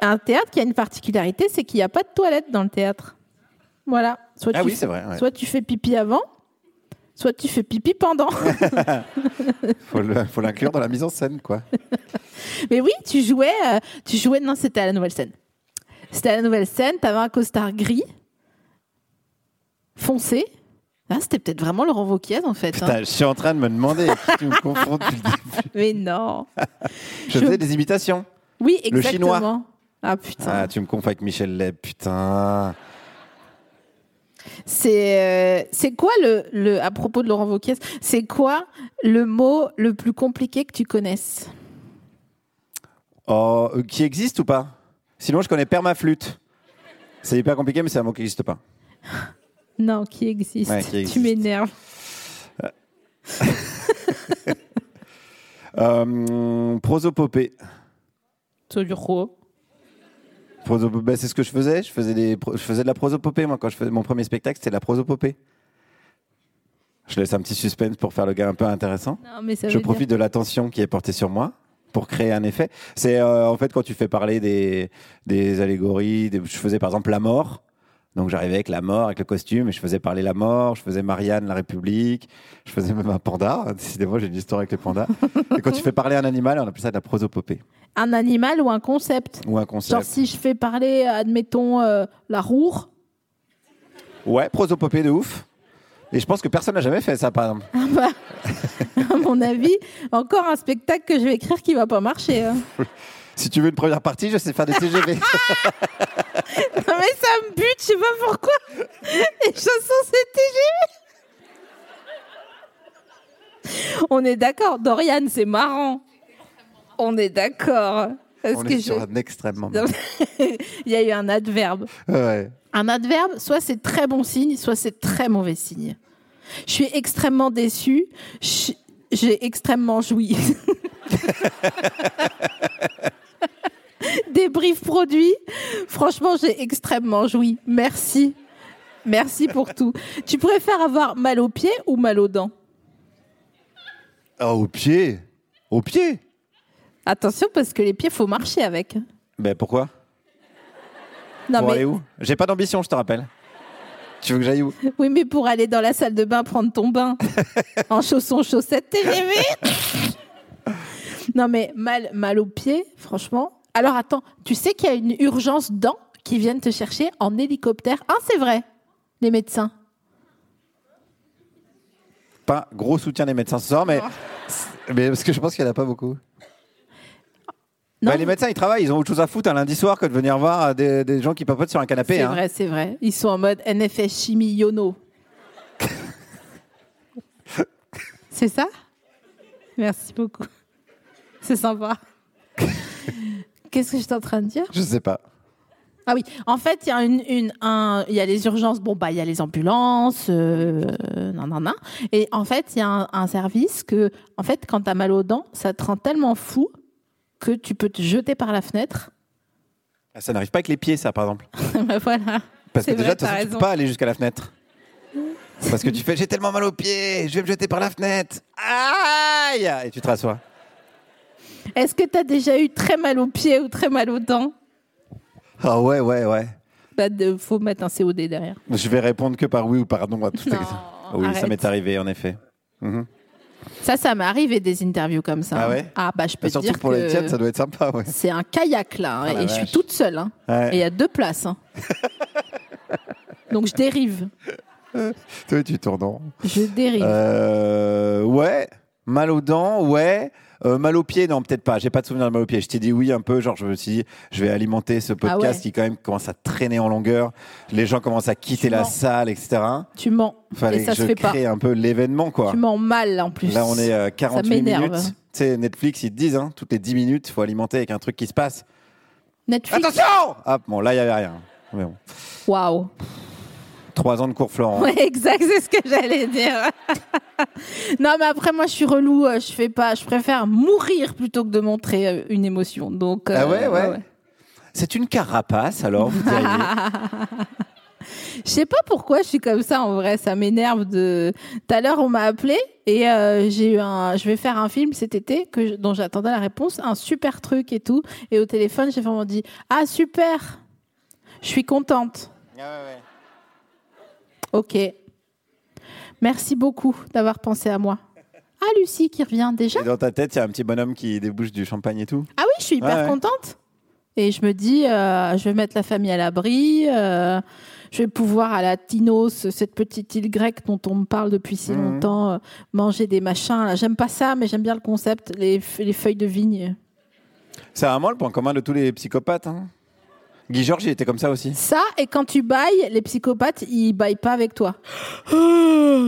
Speaker 1: Un théâtre qui a une particularité, c'est qu'il n'y a pas de toilette dans le théâtre. Voilà. Soit
Speaker 2: Ah
Speaker 1: tu
Speaker 2: oui,
Speaker 1: fais-
Speaker 2: c'est vrai, ouais.
Speaker 1: Soit tu fais pipi avant, soit tu fais pipi pendant.
Speaker 2: Faut le- faut l'inclure dans la mise en scène, quoi.
Speaker 1: <laughs> Mais oui, tu jouais, euh, tu jouais. Non, c'était à la Nouvelle Scène. C'était à la Nouvelle Scène. T'avais un costard gris, foncé. Ah, c'était peut-être vraiment Laurent Vauquiez en fait. hein.
Speaker 2: Putain, je suis en train de me demander. avec qui tu me confonds depuis le début.
Speaker 1: Mais non.
Speaker 2: Je faisais des imitations.
Speaker 1: Oui,
Speaker 2: Le
Speaker 1: exactement.
Speaker 2: Chinois.
Speaker 1: Ah putain.
Speaker 2: Ah, tu me confonds avec Michel Leb, putain.
Speaker 1: C'est euh, c'est quoi le, le à propos de Laurent Wauquiez, c'est quoi le mot le plus compliqué que tu connaisses
Speaker 2: Oh, euh, qui existe ou pas Sinon, je connais permaflûte. C'est hyper compliqué, mais c'est un mot qui n'existe pas.
Speaker 1: Non, qui existe.
Speaker 2: Ouais, qui
Speaker 1: Tu
Speaker 2: existe.
Speaker 1: m'énerves.
Speaker 2: Euh, prosopopée.
Speaker 1: C'est du roi.
Speaker 2: Prosopopée, bah, c'est ce que je faisais. Je faisais, des, pro- je faisais de la prosopopée, moi. Quand je faisais mon premier spectacle, c'était de la prosopopée. Je laisse un petit suspense pour faire le gars un peu intéressant.
Speaker 1: Non, mais ça
Speaker 2: Je
Speaker 1: veut dire-
Speaker 2: profite de l'attention qui est portée sur moi pour créer un effet. C'est euh, en fait quand tu fais parler des, des allégories. des- je faisais par exemple la mort. Donc j'arrivais avec la mort, avec le costume, et je faisais parler la mort, je faisais Marianne, la République, je faisais même un panda. <laughs> Décidément, j'ai une histoire avec les pandas. et quand tu fais parler un animal, on appelle ça de la prosopopée.
Speaker 1: Un animal ou un concept.
Speaker 2: Ou un
Speaker 1: Genre
Speaker 2: concept.
Speaker 1: si je fais parler, admettons euh, la roure.
Speaker 2: Ouais, prosopopée de ouf. Et je pense que personne n'a jamais fait ça, par exemple.
Speaker 1: Ah bah, <laughs> à mon avis, encore un spectacle que je vais écrire qui va pas marcher. hein.
Speaker 2: Si tu veux une première partie, je sais faire des TGV.
Speaker 1: Non mais ça me bute, je sais pas pourquoi. Les chansons c'est TGV. On est d'accord, Dorian, c'est marrant. On est d'accord. <laughs> Parce
Speaker 2: on
Speaker 1: que
Speaker 2: est
Speaker 1: je-
Speaker 2: sur un extrêmement.
Speaker 1: <laughs> Il y a eu un adverbe.
Speaker 2: Ouais.
Speaker 1: Un adverbe, soit c'est très bon signe, soit c'est très mauvais signe. Je suis extrêmement déçue. Je- J'ai extrêmement joui. <laughs> Débrief produit. Franchement, j'ai extrêmement joui. Merci. Merci pour tout. Tu préfères avoir mal aux pieds ou mal aux dents
Speaker 2: Ah, au pied Au pied
Speaker 1: Attention, parce que les pieds, faut marcher avec.
Speaker 2: Ben pourquoi
Speaker 1: Non,
Speaker 2: Pour
Speaker 1: mais,
Speaker 2: aller où J'ai pas d'ambition, je te rappelle. Tu veux que j'aille où
Speaker 1: Oui, mais pour aller dans la salle de bain prendre ton bain en chaussons, chaussettes, t'es rêvé Non, mais mal, mal aux pieds, franchement. Alors attends, tu sais qu'il y a une urgence dents qui viennent te chercher en hélicoptère. Ah, c'est vrai, les médecins.
Speaker 2: Pas gros soutien des médecins ce soir, mais, mais parce que je pense qu'il n'y en a pas beaucoup.
Speaker 1: Non,
Speaker 2: Bah, les médecins, ils travaillent, ils ont autre chose à foutre un lundi soir que de venir voir euh, des, des gens qui papotent sur un canapé.
Speaker 1: c'est
Speaker 2: hein.
Speaker 1: vrai, c'est vrai. Ils sont en mode NFS chimie yono. c'est ça Merci beaucoup. C'est sympa. Qu'est-ce que j'étais en train de dire
Speaker 2: Je sais pas.
Speaker 1: Ah oui, en fait, il y a une, une- un- il y a les urgences. Bon bah, il y a les ambulances, euh, non, non, non. Et en fait, il y a un, un service que, en fait, quand t'as mal aux dents, ça te rend tellement fou que tu peux te jeter par la fenêtre. <laughs>
Speaker 2: Ah, Ça n'arrive pas avec les pieds, ça, par exemple.
Speaker 1: Bah, voilà.
Speaker 2: Parce que
Speaker 1: C'est vrai,
Speaker 2: déjà, de toute
Speaker 1: t'as
Speaker 2: façon, tu peux
Speaker 1: raison.
Speaker 2: pas aller jusqu'à la fenêtre. Parce que tu fais, j'ai tellement mal aux pieds, je vais me jeter par la fenêtre. Aïe Et tu te rassois.
Speaker 1: Est-ce que t'as déjà eu très mal aux pieds ou très mal aux dents
Speaker 2: Ah ouais, ouais, ouais.
Speaker 1: Bah, de, faut mettre un COD derrière.
Speaker 2: Je vais répondre que par oui ou par non à toutes ces
Speaker 1: Non,
Speaker 2: questions. Oui, ça
Speaker 1: arrête.
Speaker 2: m'est arrivé, en effet.
Speaker 1: Ça, ça m'est arrivé des interviews comme ça.
Speaker 2: Ah
Speaker 1: hein.
Speaker 2: ouais
Speaker 1: Ah bah, je peux te
Speaker 2: Surtout
Speaker 1: dire
Speaker 2: pour
Speaker 1: que
Speaker 2: les tiennes, ça doit être sympa, <laughs> ouais.
Speaker 1: c'est un kayak là, hein,
Speaker 2: Ah, la
Speaker 1: et je suis
Speaker 2: vache.
Speaker 1: toute seule. hein.
Speaker 2: Ouais.
Speaker 1: Et il y a deux places.
Speaker 2: <laughs>
Speaker 1: hein. Donc je dérive.
Speaker 2: Toi, tu tournes en rond.
Speaker 1: Je dérive.
Speaker 2: Euh, ouais. Mal aux dents, ouais. Euh, mal aux pieds, non, peut-être pas. J'ai pas de souvenir de mal aux pieds. Je t'ai dit oui un peu. Genre, je me suis dit, je vais alimenter ce podcast
Speaker 1: Ah ouais.
Speaker 2: qui, quand même, commence à traîner en longueur. Les gens commencent à quitter
Speaker 1: Tu
Speaker 2: la
Speaker 1: mens.
Speaker 2: salle, etc.
Speaker 1: tu mens.
Speaker 2: Fallait
Speaker 1: et ça
Speaker 2: que
Speaker 1: se
Speaker 2: je
Speaker 1: fait pas.
Speaker 2: crée un peu l'événement, quoi.
Speaker 1: Tu mens mal en plus.
Speaker 2: Là, on est euh, à 48
Speaker 1: m'énerve.
Speaker 2: minutes. Tu sais, Netflix, ils te disent, hein, toutes les 10 minutes, il faut alimenter avec un truc qui se passe.
Speaker 1: Netflix.
Speaker 2: Attention Ah, bon, là, il y avait rien. Mais bon.
Speaker 1: Waouh.
Speaker 2: Trois ans de cours Florent.
Speaker 1: Ouais, exact, c'est ce que j'allais dire. <laughs> non, mais après, moi, je suis relou. euh, Je fais pas. Je préfère mourir plutôt que de montrer euh, une émotion. Donc.
Speaker 2: Ah
Speaker 1: euh,
Speaker 2: ouais, ouais. Ah C'est une carapace, alors, <laughs> vous diriez.
Speaker 1: <laughs> Je sais pas pourquoi je suis comme ça en vrai, ça m'énerve de. Tout à l'heure, on m'a appelé et euh, j'ai eu un. Je vais faire un film cet été que je- dont j'attendais la réponse, un super truc et tout. Et au téléphone, j'ai vraiment dit ah super, je suis contente. Ok. Merci beaucoup d'avoir pensé à moi. Ah Lucie qui revient déjà.
Speaker 2: Et dans ta tête, il y a un petit bonhomme qui débouche du champagne et tout.
Speaker 1: Ah oui, je suis hyper
Speaker 2: Ouais, ouais.
Speaker 1: contente. Et je me dis, euh, je vais mettre la famille à l'abri. euh, je vais pouvoir à la Tinos, cette petite île grecque dont on me parle depuis si
Speaker 2: Mhm.
Speaker 1: longtemps, euh, manger des machins. là. J'aime pas ça, mais j'aime bien le concept, les, f- les feuilles de vigne.
Speaker 2: C'est vraiment le point commun de tous les psychopathes. hein. Guy Georges, il était comme ça aussi.
Speaker 1: Ça, et quand tu bailles, les psychopathes, ils baillent pas avec
Speaker 2: <gasps>
Speaker 1: toi.
Speaker 2: Ah.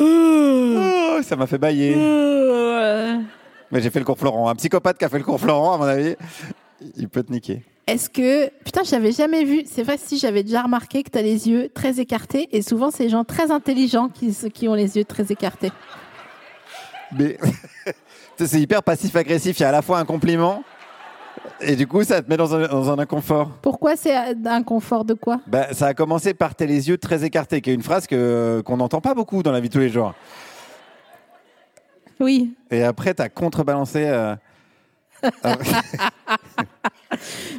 Speaker 2: Oh, ça m'a fait bailler.
Speaker 1: Euh,
Speaker 2: Mais j'ai fait le cours Florent. Un psychopathe qui a fait le cours Florent, à mon avis, il peut te niquer.
Speaker 1: Est-ce que. Putain, j'avais jamais vu. C'est vrai, si j'avais déjà remarqué que t'as les yeux très écartés. Et souvent, c'est les gens très intelligents qui, qui ont les yeux très écartés.
Speaker 2: Mais <laughs> Tu sais, c'est hyper passif-agressif. Il y a à la fois un compliment et du coup, ça te met dans un, dans un inconfort.
Speaker 1: Pourquoi c'est un confort de quoi
Speaker 2: Bah, ça a commencé par T'es les yeux très écartés, qui est une phrase que, qu'on n'entend pas beaucoup dans la vie de tous les jours.
Speaker 1: Oui.
Speaker 2: Et après, t'as contrebalancé. euh,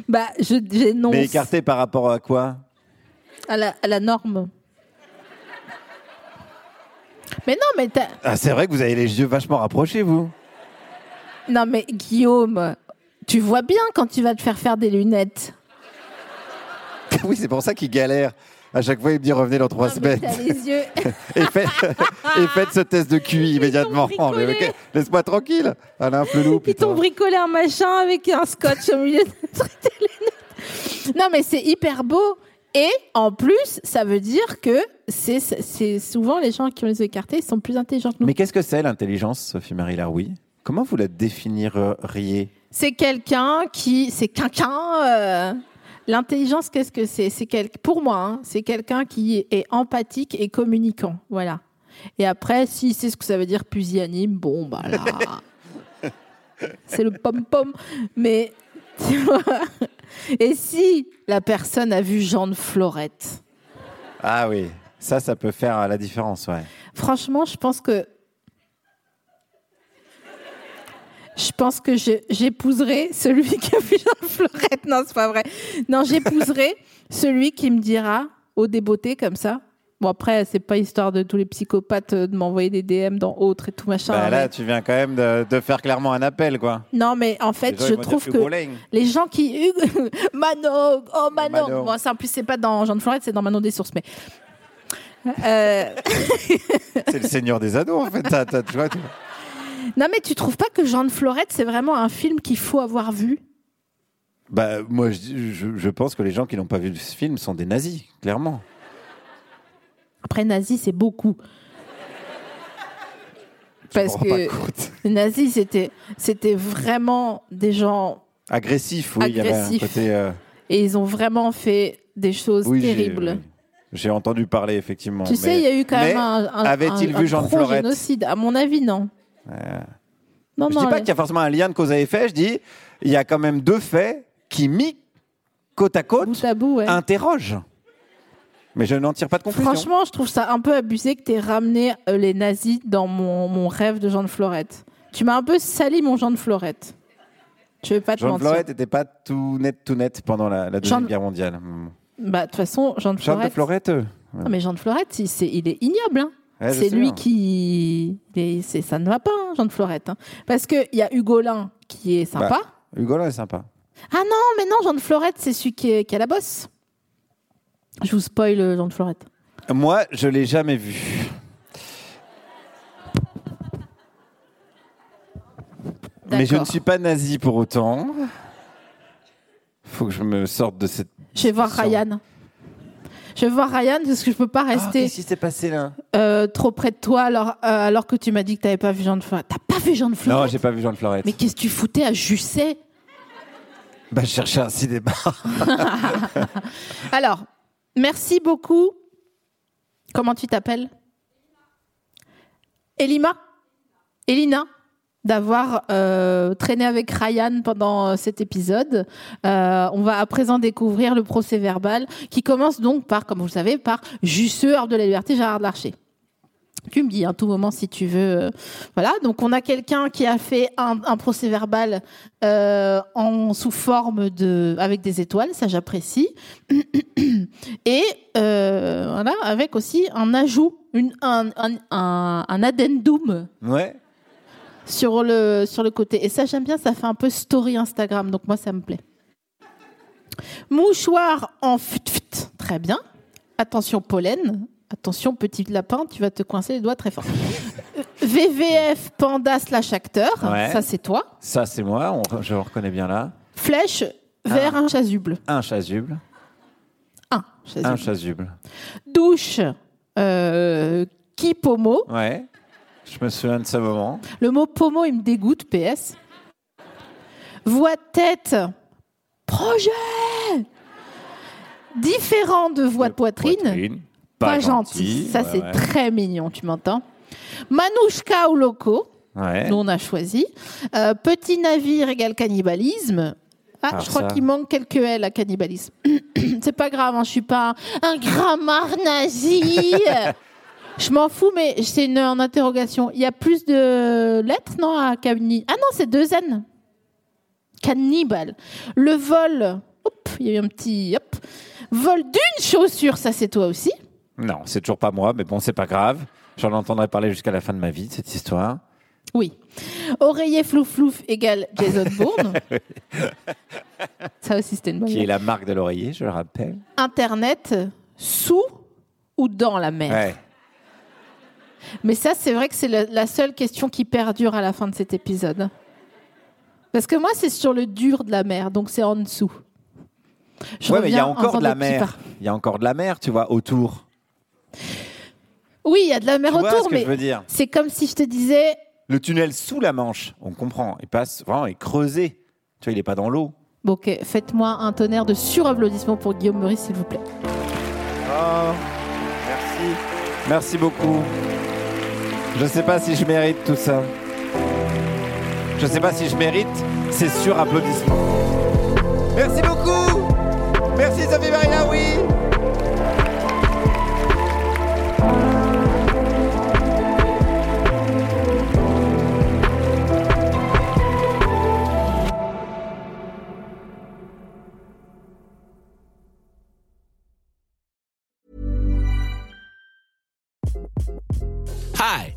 Speaker 1: Bah, je
Speaker 2: mais
Speaker 1: j'énonce
Speaker 2: écarté par rapport à quoi
Speaker 1: à la, à la norme. Mais non, mais t'as.
Speaker 2: ah, C'est vrai que vous avez les yeux vachement rapprochés, vous. <laughs>
Speaker 1: Non, mais Guillaume, tu vois bien quand tu vas te faire faire des lunettes.
Speaker 2: oui, c'est pour ça qu'il galère. À chaque fois, il me dit revenez dans trois
Speaker 1: Non, Ah, mais
Speaker 2: semaines.
Speaker 1: T'as les
Speaker 2: <laughs>
Speaker 1: yeux.
Speaker 2: Et, faites,
Speaker 1: <laughs>
Speaker 2: et faites ce test de QI immédiatement.
Speaker 1: t'ont bricolé.
Speaker 2: Mais ok, Laisse-moi tranquille. Alain Flelou,
Speaker 1: Ils
Speaker 2: putain.
Speaker 1: t'ont bricolé un machin avec un scotch au milieu de <laughs> tes lunettes. Non, mais c'est hyper beau. Et en plus, ça veut dire que c'est- c'est souvent les gens qui ont les yeux écartés, ils sont plus intelligents que nous.
Speaker 2: Mais qu'est-ce que c'est l'intelligence, Sophie-Marie Laroui Comment vous la définiriez
Speaker 1: C'est quelqu'un qui. C'est quelqu'un. euh, L'intelligence, qu'est-ce que c'est C'est quel... Pour moi, hein, c'est quelqu'un qui est empathique et communicant. Voilà. Et après, si c'est ce que ça veut dire pusillanime, bon, bah là. c'est le pom-pom. Mais. <laughs> tu vois et si la personne a vu Jean de Florette
Speaker 2: Ah oui, ça, ça peut faire euh, la différence, ouais.
Speaker 1: Franchement, je pense que. Je pense que je- j'épouserai celui qui a vu la fleurette. Non, c'est pas vrai. Non, j'épouserai celui qui me dira, au débeauté, comme ça. Bon, après, c'est pas histoire de tous les psychopathes euh, de m'envoyer des DM dans autres et tout machin.
Speaker 2: Bah,
Speaker 1: hein,
Speaker 2: là,
Speaker 1: mais-
Speaker 2: tu viens quand même de, de faire clairement un appel, quoi.
Speaker 1: Non, mais en
Speaker 2: Les
Speaker 1: fait,
Speaker 2: gens, ils
Speaker 1: Bah, je
Speaker 2: vont dire
Speaker 1: trouve
Speaker 2: plus
Speaker 1: que
Speaker 2: Gouling.
Speaker 1: les gens qui. <laughs> Manon Oh, Manon
Speaker 2: Manon.
Speaker 1: Bon, ça, en plus, c'est pas dans Jean de Florette, c'est dans Manon des Sources, mais. Euh,
Speaker 2: C'est le seigneur des ados, en fait. T'as- t'as- tu vois, tu-
Speaker 1: Non, mais tu trouves pas que Jean de Florette, c'est vraiment un film qu'il faut avoir vu
Speaker 2: Bah, moi, je, dis- je- je pense que les gens qui n'ont pas vu ce film sont des nazis, clairement.
Speaker 1: Après, nazi, c'est beaucoup.
Speaker 2: Je m'en
Speaker 1: Parce
Speaker 2: rends
Speaker 1: que-
Speaker 2: pas compte.
Speaker 1: Les nazis, c'était, c'était vraiment des gens.
Speaker 2: Agressif, oui, il y avait un
Speaker 1: Agressif.
Speaker 2: côté. euh,
Speaker 1: Et ils ont vraiment fait des choses
Speaker 2: oui, j'ai- euh,
Speaker 1: terribles.
Speaker 2: J'ai entendu parler, effectivement.
Speaker 1: Tu sais, il y a eu quand
Speaker 2: mais
Speaker 1: même un, un,
Speaker 2: avait-il
Speaker 1: un-
Speaker 2: vu
Speaker 1: un
Speaker 2: Jean de
Speaker 1: gros
Speaker 2: Florette
Speaker 1: génocide. À mon avis, non. Non,
Speaker 2: Je
Speaker 1: non.
Speaker 2: dis pas
Speaker 1: les-
Speaker 2: qu'il y a forcément un lien de cause à effet, je dis il y a quand même deux faits qui, mis côte à côte,
Speaker 1: bout à bout, ouais.
Speaker 2: interrogent. Mais je n'en tire pas de conclusion.
Speaker 1: Franchement, je trouve ça un peu abusé que t'aies ramené euh, les nazis dans mon, mon rêve de Jean de Florette. Tu m'as un peu sali mon Jean de Florette. Je vais pas te
Speaker 2: Jean de
Speaker 1: mentir.
Speaker 2: Florette n'était pas tout net, tout net pendant la, la Deuxième
Speaker 1: Jean de-
Speaker 2: Guerre mondiale. Mm.
Speaker 1: Bah, de toute façon, Jean de
Speaker 2: Jean de
Speaker 1: Florette.
Speaker 2: Florette euh,
Speaker 1: Non, mais Jean de Florette, il, c'est- il est ignoble. hein.
Speaker 2: Ouais, je
Speaker 1: c'est
Speaker 2: sais
Speaker 1: lui
Speaker 2: bien.
Speaker 1: qui. il est- c'est- ça ne va pas, hein, Jean de Florette. hein. Parce qu'il y a Hugolin qui est sympa.
Speaker 2: Bah. Hugolin est sympa.
Speaker 1: Ah non, mais non, Jean de Florette, c'est celui qui, est- qui a la bosse. Je vous spoil euh, Jean de Florette.
Speaker 2: Moi, je l'ai jamais vu. Mais je ne
Speaker 1: D'accord.
Speaker 2: suis pas nazi pour autant. Faut que je me sorte de cette.
Speaker 1: Je vais voir
Speaker 2: Sûr.
Speaker 1: Ryan. Je vais voir Ryan parce que je peux pas
Speaker 2: Ah,
Speaker 1: rester
Speaker 2: Qu'est-ce qui s'est passé là
Speaker 1: euh, trop près de toi alors, euh, alors que tu m'as dit que t'avais pas vu Jean de Florette. T'as pas vu Jean de
Speaker 2: Non,
Speaker 1: Florette
Speaker 2: j'ai pas vu Jean de Florette.
Speaker 1: Mais qu'est-ce que tu foutais à Jusset
Speaker 2: Bah, je cherchais un cinéma. <laughs>
Speaker 1: Alors, merci beaucoup. Comment tu t'appelles Elima Elina d'avoir euh, traîné avec Ryan pendant euh, cet épisode. Euh, on va à présent découvrir le procès verbal qui commence donc par, comme vous le savez, par Jusseur de la liberté, Gérard Larcher. Tu me dis à tout moment si tu veux. euh, Voilà, donc on a quelqu'un qui a fait un, un procès verbal euh, en sous forme de avec des étoiles, ça j'apprécie. Et euh, voilà, avec aussi un ajout, une, un, un, un- un addendum
Speaker 2: Ouais.
Speaker 1: sur le, sur le côté. Et ça, j'aime bien, ça fait un peu story Instagram, donc moi, ça me plaît. Mouchoir en fut-fut, très bien. Attention pollen, attention petit lapin, tu vas te coincer les doigts très fort. Euh, VVF panda slash acteur,
Speaker 2: Ouais.
Speaker 1: ça c'est toi.
Speaker 2: Ça, c'est moi. on- je le reconnais bien là.
Speaker 1: Flèche vers un chasuble.
Speaker 2: Un chasuble.
Speaker 1: Un chasuble.
Speaker 2: Un chasuble.
Speaker 1: Douche, euh, qui pomo.
Speaker 2: Ouais. Je me souviens de ce moment.
Speaker 1: Le mot pomo, il me dégoûte, PS. Voix de tête, projet. Différent de voix de poitrine. Pas, gentil. Ça,
Speaker 2: ouais,
Speaker 1: c'est
Speaker 2: ouais.
Speaker 1: très mignon, tu m'entends Manouchka ou loco.
Speaker 2: Ouais.
Speaker 1: Nous, on a choisi. Euh, petit navire égale cannibalisme. Ah,
Speaker 2: Ah,
Speaker 1: je crois
Speaker 2: ça.
Speaker 1: qu'il manque quelques L à cannibalisme. <clears throat> C'est pas grave, hein, je suis pas un, un grammar
Speaker 2: <laughs>
Speaker 1: nazi. je m'en fous, mais c'est une en interrogation. Il y a plus de lettres, non, à cannibal Ah non, c'est deux N. Cannibal. Le vol. Hop, il y a eu un petit. Hop. Vol d'une chaussure, ça c'est toi aussi.
Speaker 2: Non, c'est toujours pas moi, mais bon, c'est pas grave. J'en entendrai parler jusqu'à la fin de ma vie, de cette histoire.
Speaker 1: Oui. Oreiller flouf-flouf égale
Speaker 2: <laughs>
Speaker 1: Jason Bourne. Ça aussi, c'était une bonne
Speaker 2: Qui est la marque de l'oreiller, je le rappelle.
Speaker 1: Internet euh, sous ou dans la mer.
Speaker 2: Ouais.
Speaker 1: Mais ça, c'est vrai que c'est la, la seule question qui perdure à la fin de cet épisode. Parce que moi, c'est sur le dur de la mer, donc c'est en dessous. Je
Speaker 2: Ouais, mais il y a
Speaker 1: reviens en
Speaker 2: encore
Speaker 1: faisant
Speaker 2: de la
Speaker 1: des petits
Speaker 2: mer.
Speaker 1: pas.
Speaker 2: Il y a encore de la mer, tu vois, autour.
Speaker 1: Oui, il y a de la mer
Speaker 2: Tu vois
Speaker 1: autour,
Speaker 2: ce que
Speaker 1: mais
Speaker 2: je veux dire
Speaker 1: c'est comme si je te disais,
Speaker 2: Le tunnel sous la Manche, on comprend. Il passe vraiment, il est creusé. Tu vois, il est pas dans l'eau.
Speaker 1: bon, ok, faites-moi un tonnerre de surapplaudissements pour Guillaume Meurice, s'il vous plaît.
Speaker 2: Merci. Merci beaucoup. Je sais pas si je mérite tout ça. Je sais pas si je mérite ces surapplaudissements. Merci beaucoup. Merci Sophie Marina, oui.
Speaker 5: Hi,